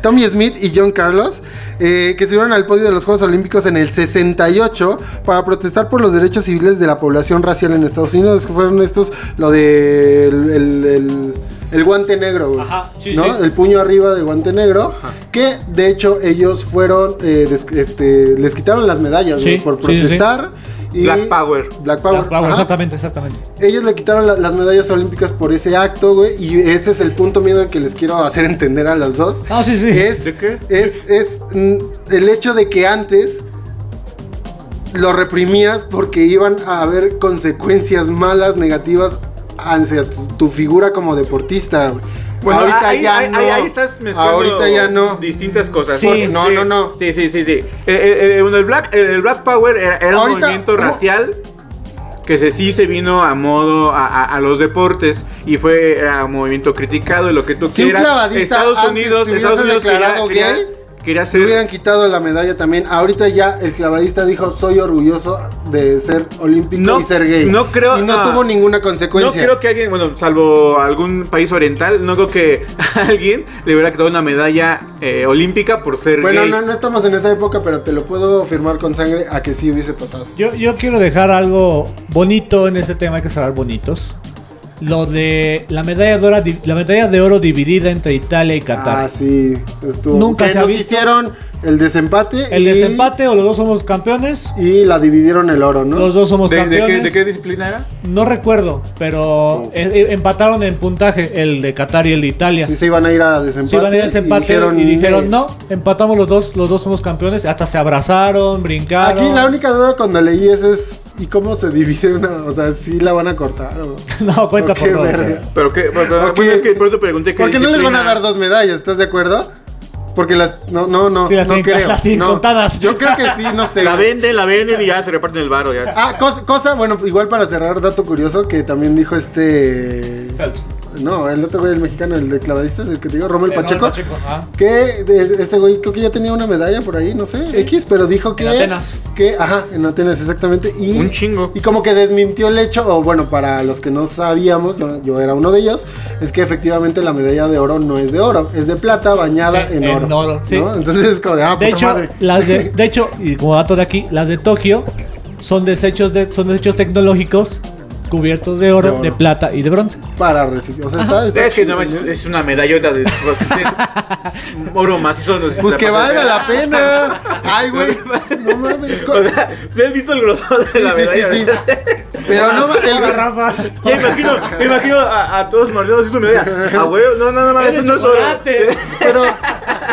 S3: Tommy Smith y John Carlos, eh, que subieron al podio de los Juegos Olímpicos en el 68 para protestar por los derechos civiles de la población racial en Estados Unidos, que fueron estos, lo de el, el- el- el guante negro, güey.
S2: Ajá, sí,
S3: ¿no?
S2: sí.
S3: El puño arriba de guante negro. Que de hecho ellos fueron, eh, des- este, les quitaron las medallas,
S2: Sí,
S3: güey, por
S2: sí, sí, sí.
S3: protestar. y-
S4: Black Power.
S3: Black Power.
S2: Bravo,
S3: ajá.
S2: exactamente, exactamente.
S3: Ellos le quitaron la- las medallas olímpicas por ese acto, güey. Y ese es el punto miedo que les quiero hacer entender a las dos.
S2: Ah, sí, sí.
S3: Es,
S4: ¿De qué?
S3: Es, es mm, el hecho de que antes lo reprimías porque iban a haber consecuencias malas, negativas hacia tu, tu figura como deportista, güey.
S4: Bueno,
S3: ahorita
S4: ahí,
S3: ya
S4: ahí-
S3: no.
S4: ahí- ahí estás mezclando
S3: ahorita ya no.
S4: distintas cosas.
S2: Sí,
S4: Porque-
S3: no,
S4: sí,
S3: no, no.
S4: Sí, sí, sí, sí. Eh, eh, eh, bueno, el, Black, el, el Black Power era, era un
S3: Ahorita,
S4: movimiento
S3: ¿cómo?
S4: racial que se, sí se vino a modo a, a- a los deportes y fue era un movimiento criticado y lo que tú
S3: Si un
S4: quieras.
S3: clavadista
S4: Estados
S3: antes
S4: Unidos,
S3: se hubiese
S4: Estados Unidos
S3: declarado
S4: quería,
S3: gay,
S4: quería, quería
S3: Se hubieran
S4: ser...
S3: quitado la medalla también. Ahorita ya el clavadista dijo soy orgulloso de ser olímpico
S4: No,
S3: y ser gay.
S4: no creo-
S3: y no
S4: ah,
S3: tuvo ninguna
S4: No
S3: consecuencia.
S4: creo que alguien, bueno, salvo algún país oriental, no creo que alguien le hubiera quitado una medalla eh, olímpica por ser
S3: Bueno,
S4: gay.
S3: no, no estamos en esa época, pero te lo puedo firmar con sangre a que sí hubiese pasado.
S2: Yo, yo quiero dejar algo bonito en este tema, hay que cerrar bonitos. Lo de la medalla de oro, di- la medalla de oro dividida entre Italia y Qatar.
S3: Ah, sí. Estuvo.
S2: Nunca
S3: Que
S2: se ha
S3: no
S2: visto.
S3: quisieron el desempate.
S2: El
S3: y-
S2: desempate o los dos somos campeones,
S3: Y la dividieron el oro, ¿no?
S2: los dos somos
S4: ¿De, de qué-
S2: campeones.
S4: ¿De qué disciplina era?
S2: No recuerdo, pero
S3: Oh.
S2: eh, eh, empataron en puntaje el de Qatar y el de Italia.
S3: Sí, se iban a ir a desempate.
S2: Sí, van a ir a ese empate y dijeron,
S3: "Eh".
S2: no, empatamos los dos, los dos somos campeones. Hasta se abrazaron, brincaron.
S3: Aquí la única duda cuando leí eso es. ¿Y cómo se divide una? O sea, ¿sí la van a cortar? o-
S2: No, cuenta
S3: o
S2: por
S3: qué
S2: dos,
S3: verga?
S2: sí.
S4: Pero que, pero-
S3: Porque-
S4: bueno, es que por eso pregunté que
S3: Porque no les van a dar dos medallas, ¿estás de acuerdo? Porque las. No, no, no.
S2: Sí, las
S3: no
S2: tienen-
S3: creo.
S2: las tienen
S3: no.
S2: contadas.
S3: Yo creo que sí, no sé.
S4: La
S3: güey.
S4: venden, la venden y ya se reparten el varo. Ya.
S3: Ah, cosa, cosa, bueno, igual para cerrar, dato curioso que también dijo este.
S2: Phelps.
S3: No, el otro güey, el mexicano, el de clavadistas, el que te digo, Rommel
S2: Eh,
S3: Pacheco.
S2: Rommel Pacheco, ajá.
S3: Que de- este güey creo que ya tenía una medalla por ahí, no sé, X, pero dijo que.
S2: Atenas.
S3: Que, ajá, en Atenas, exactamente. Y,
S4: Un chingo.
S3: Y como que desmintió el hecho, o bueno, para los que no sabíamos, yo, yo era uno de ellos, es que efectivamente la medalla de oro no es de oro, es de plata bañada
S2: Sí,
S3: en,
S2: en
S3: oro.
S2: oro, sí.
S3: ¿no? Entonces es como de, ah,
S2: De
S3: puta
S2: hecho,
S3: madre.
S2: las de, de hecho, y como dato de aquí, las de Tokio son desechos de, son desechos tecnológicos cubiertos de oro, de,
S3: De oro.
S2: plata y de bronce.
S3: Para recibir. O sea, está, está
S4: Es que no
S3: chido,
S4: manches, es una medallota de porque este oro macizo. nos-
S3: Pues que
S4: la pasas
S3: valga
S4: de-
S3: la pena. Ay, güey. No mames. co-
S4: O sea, ¿ustedes han visto el grosor de
S3: Sí,
S4: la
S3: sí, sí,
S4: medalla?
S3: sí.
S4: verdad?
S3: Pero no el garrafa.
S4: Ya imagino, me imagino a, a todos mordidos y su medalla. Ah, güey, no, no, no, no, eso no es oro.
S3: Pero,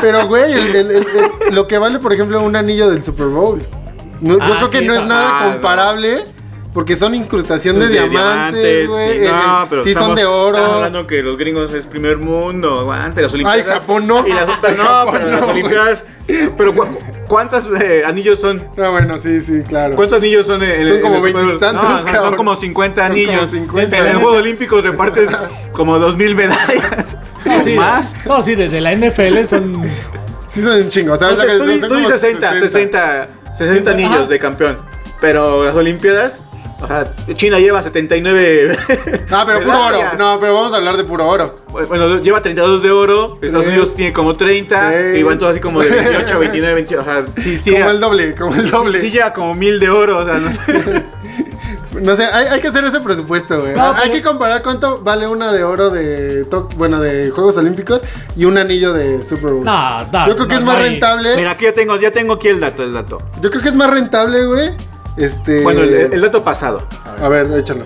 S3: pero güey, el- el- el- el- lo que vale, por ejemplo, un anillo del Super Bowl. No, yo
S4: Ah,
S3: creo que
S4: sí,
S3: no
S4: esa-
S3: es nada
S4: ah, no.
S3: comparable. Porque son incrustación de,
S4: De
S3: diamantes, güey.
S4: sí,
S3: el-
S4: no,
S3: el-
S4: pero
S3: sí, son
S4: estamos-
S3: de
S4: Estamos
S3: oro.
S4: hablando que los gringos es primer mundo, aguante, las
S3: Ay,
S4: olimpiadas.
S3: Japón no.
S4: Y las otras, no,
S3: Japón
S4: pero las
S3: no, güey.
S4: olimpiadas. Pero cu- ¿cuántas eh, anillos son?
S3: No, Ah, bueno, sí, sí, claro.
S4: ¿Cuántos anillos son en
S3: Son
S4: en
S3: como
S4: el Super Bowl?
S3: veintitantos,
S4: No, son-
S3: cabrón.
S4: son como 50
S3: Son como
S4: anillos.
S3: 50.
S4: En el Juego Olímpico repartes como 2000 medallas. o
S2: Sí,
S4: más.
S2: No, sí, desde la NFL son.
S3: Sí, son un chingo. ¿sabes?
S4: Entonces,
S3: Son
S4: tú di- tú
S3: como
S4: dices 60, 60, 60
S2: Ajá.
S4: anillos de campeón. Pero las Olimpiadas, o sea, China lleva 79.
S3: Ah, pero puro oro.
S4: medallas.
S3: No, pero vamos a hablar de puro oro.
S4: Pues, Bueno, lleva 32 de oro, Estados
S3: Tres.
S4: Unidos tiene como 30,
S3: Seis.
S4: y van todos así como de 28, 29, 28, o sea, sí, sí,
S3: Como
S4: ya-
S3: el doble, como el doble.
S4: sí lleva como 1000 de oro, o sea, no
S3: No sé, hay, hay que hacer ese presupuesto, güey.
S2: No, pues.
S3: hay
S2: pero-
S3: que comparar cuánto vale una de oro de Tok- bueno, de Juegos Olímpicos y un anillo de Super Bowl.
S2: No, no,
S3: yo creo que
S2: no,
S3: es más
S2: no hay-
S3: rentable.
S4: Mira, aquí ya tengo, ya tengo aquí el dato, el dato.
S3: Yo creo que es más rentable, güey. Este.
S4: Bueno, el, el dato pasado.
S3: A ver, échalo.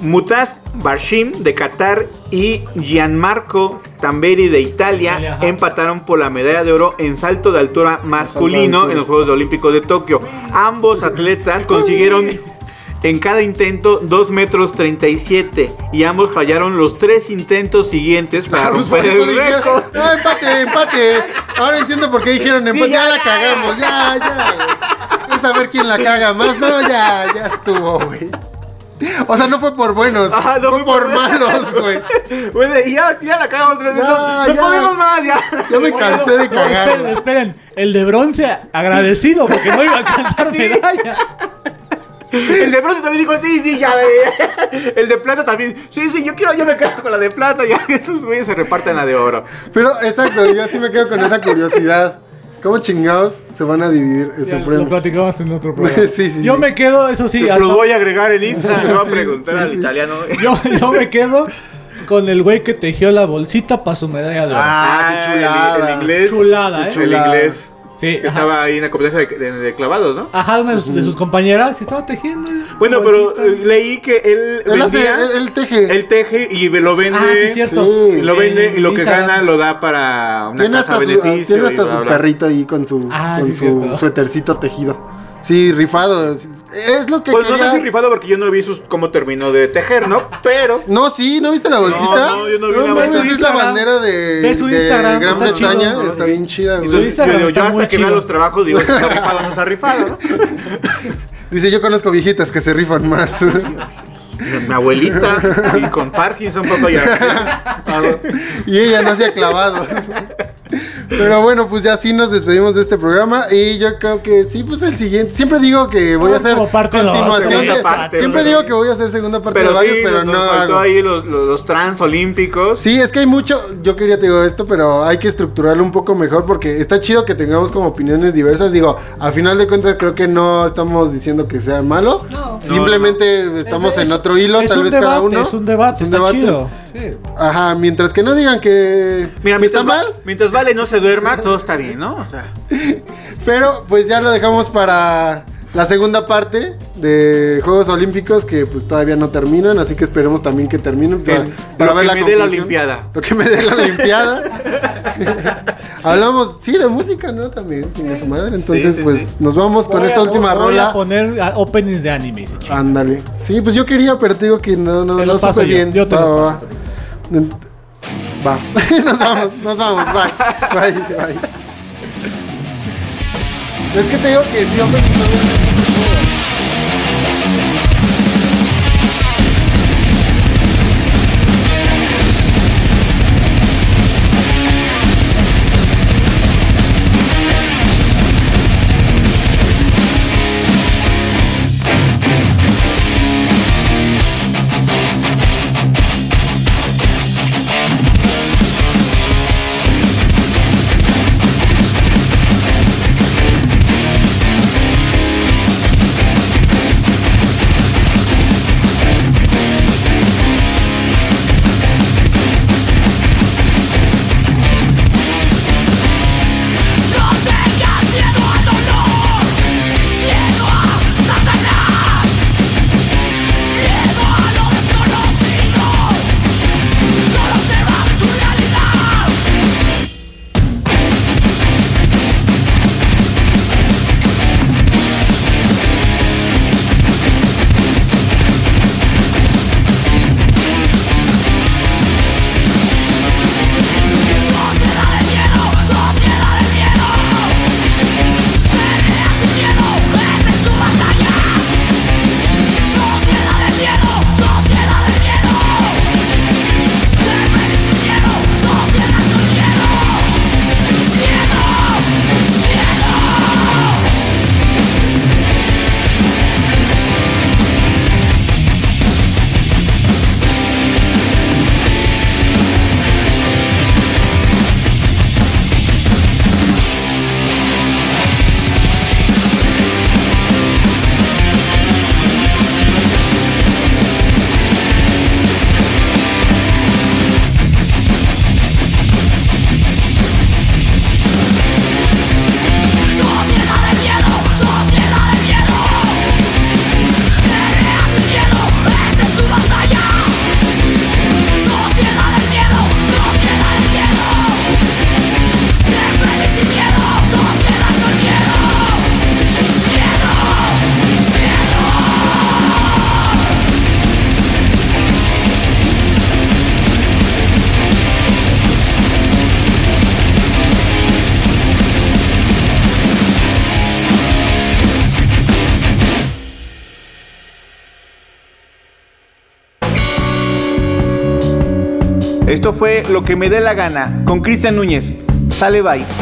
S4: Mutaz Barshim de Qatar y Gianmarco Tamberi de Italia
S2: Italia, ajá.
S4: empataron por la medalla de oro en salto de altura masculino
S3: altura.
S4: en los Juegos Olímpicos de Tokio. Ambos atletas consiguieron en cada intento 2 metros 37 y ambos fallaron los tres intentos siguientes para
S3: Ah, pues por
S4: romper
S3: eso
S4: el
S3: dijeron,
S4: récord.
S3: No, empate, empate. Ahora entiendo por qué dijeron empate.
S4: ya,
S3: ya, la
S4: ya.
S3: cagamos, ya, ya, güey. Es a ver quién la caga más. No, ya, ya estuvo, güey. O sea, no fue por buenos,
S4: Ajá, no
S3: fue,
S4: fue por
S3: por malos, güey.
S4: Bueno, y ya, ya la cagamos tres
S3: Ya,
S4: veces. No,
S3: ya.
S4: podemos más, ya.
S3: Ya me cansé de
S2: No,
S3: cagar.
S2: esperen,
S3: güey.
S2: esperen. El de bronce agradecido porque no iba a alcanzar medalla.
S4: El de bronce también dijo, sí, sí, ya, eh". El de plata también, sí, sí, yo quiero, yo me quedo con la de plata, ya que esos güeyes se reparten la de oro.
S3: Pero exacto, yo sí me quedo con esa curiosidad. ¿Cómo chingados se van a dividir ese
S2: Ya, Lo
S3: premio?
S2: platicamos en otro programa.
S3: Sí, sí,
S2: yo
S3: sí.
S2: me quedo, eso sí,
S4: Los
S2: hasta-
S4: voy a agregar en Instagram, le voy a
S3: Sí,
S4: preguntar
S3: sí,
S4: al
S3: sí.
S4: italiano.
S2: yo, yo me quedo con el güey que tejió la bolsita para su medalla de oro.
S3: Ah, qué
S4: el- El,
S3: chulada.
S4: inglés.
S2: Chulada, ¿eh?
S4: El inglés.
S2: Sí,
S4: que
S2: ajá.
S4: estaba ahí en la competencia de, de- de clavados, ¿no?
S2: Ajá, una de sus, de sus compañeras estaba tejiendo. eh, su
S4: bueno, pero
S2: bolsita.
S4: eh, leí que él.
S3: Él hace,
S4: vendía-
S3: él, él teje.
S4: Él teje y lo vende.
S2: Ah, sí, es cierto.
S3: Sí.
S4: Lo vende y lo que
S2: Instagram.
S4: gana lo da para una
S3: tiene hasta,
S4: casa
S3: su,
S4: beneficio.
S3: tiene
S4: y
S3: hasta
S4: bla,
S3: su
S4: bla.
S3: perrito ahí con su,
S2: Ah,
S3: con
S2: sí,
S3: su
S2: cierto.
S3: suetercito tejido. Sí, rifado. Es lo que
S4: Pues no
S3: quería-
S4: sé si rifado porque yo no vi sus, cómo terminó de tejer, ¿no? Pero.
S3: No, sí, ¿no viste la bolsita?
S4: no, yo no vi la
S3: mames,
S4: bolsita.
S3: es la
S2: Instagram.
S3: bandera de,
S2: Ve su
S3: de
S2: Instagram,
S3: Gran
S2: está chido,
S3: Bretaña.
S2: ¿no?
S3: está bien chida,
S4: y
S3: güey.
S4: su-
S2: su Instagram
S4: yo digo,
S2: está
S4: yo hasta
S2: muy
S4: que vea
S2: chido.
S4: los trabajos digo, ¿está rifado o no está rifado? ¿no?
S3: Dice, yo conozco viejitas que se rifan más.
S2: Ah,
S4: Mi- Mi abuelita y con Parkinson, papá y
S3: y ella no se ha clavado. Pero bueno, pues ya sí nos despedimos de este programa. Y yo creo que sí, pues el siguiente. Siempre digo que voy a hacer
S2: Como parte dos,
S3: continuación.
S4: segunda
S3: de-
S4: parte,
S3: siempre
S4: ¿no?
S3: digo que voy a hacer segunda parte de
S4: Pero
S3: varios,
S4: sí,
S3: pero
S4: nos
S3: no
S4: faltó
S3: hago.
S4: ahí los, los, los trans olímpicos.
S3: Sí, es que hay mucho, yo quería te digo esto, pero hay que estructurarlo un poco mejor porque está chido que tengamos como opiniones diversas. Digo, a final de cuentas creo que no estamos diciendo que sea malo.
S2: No.
S3: Simplemente estamos
S2: Es- es-
S3: en otro hilo,
S2: es
S3: tal
S2: un
S3: vez
S2: debate,
S3: cada uno.
S2: Es un debate, está chido.
S3: Ajá, mientras que no digan que
S4: Mira,
S3: que está
S4: mientras,
S3: mal,
S4: va- mientras Vale no se duerma, todo está bien, ¿no? O sea,
S3: pero pues ya lo dejamos para la segunda parte de Juegos Olímpicos que pues todavía no terminan, así que esperemos también que terminen para,
S4: El-
S3: para
S4: lo
S3: ver
S4: que
S3: la
S4: me dé la
S3: conclusión.
S4: Olimpiada.
S3: Lo que me dé la Olimpiada. Hablamos, sí, de música, ¿no? También, chinga su madre. Entonces,
S4: sí,
S3: pues
S4: sí.
S3: nos vamos con
S2: Voy
S3: esta
S2: a-
S3: última
S2: voy a
S3: rola.
S2: poner ah, openings de anime. de chido.
S3: Ándale. Sí, pues yo quería, pero te digo que no, no,
S2: Te
S3: no
S2: los paso
S3: supe
S2: yo,
S3: bien.
S2: yo te
S3: Va,
S2: los
S3: va,
S2: paso,
S3: Va. Va. nos vamos, nos vamos. Bye. Bye, bye. Es que te digo que sí, hombre.
S5: No tengas miedo al dolor, miedo a Satanás, miedo a lo desconocido, solo se va tu realidad. Sociedad de miedo, sociedad de miedo, pelea sin miedo, esa es tu batalla. Sociedad de miedo, sociedad de miedo, pelea sin miedo, sociedad con miedo, miedo. Sociedad de miedo, sociedad de miedo. Pelea sin miedo, esa es tu batalla. Sociedad de miedo, sociedad de miedo. Sé feliz sin miedo, sociedad con miedo.
S1: Esto fue Lo que me dé la gana con Cristian Núñez. Sale bye.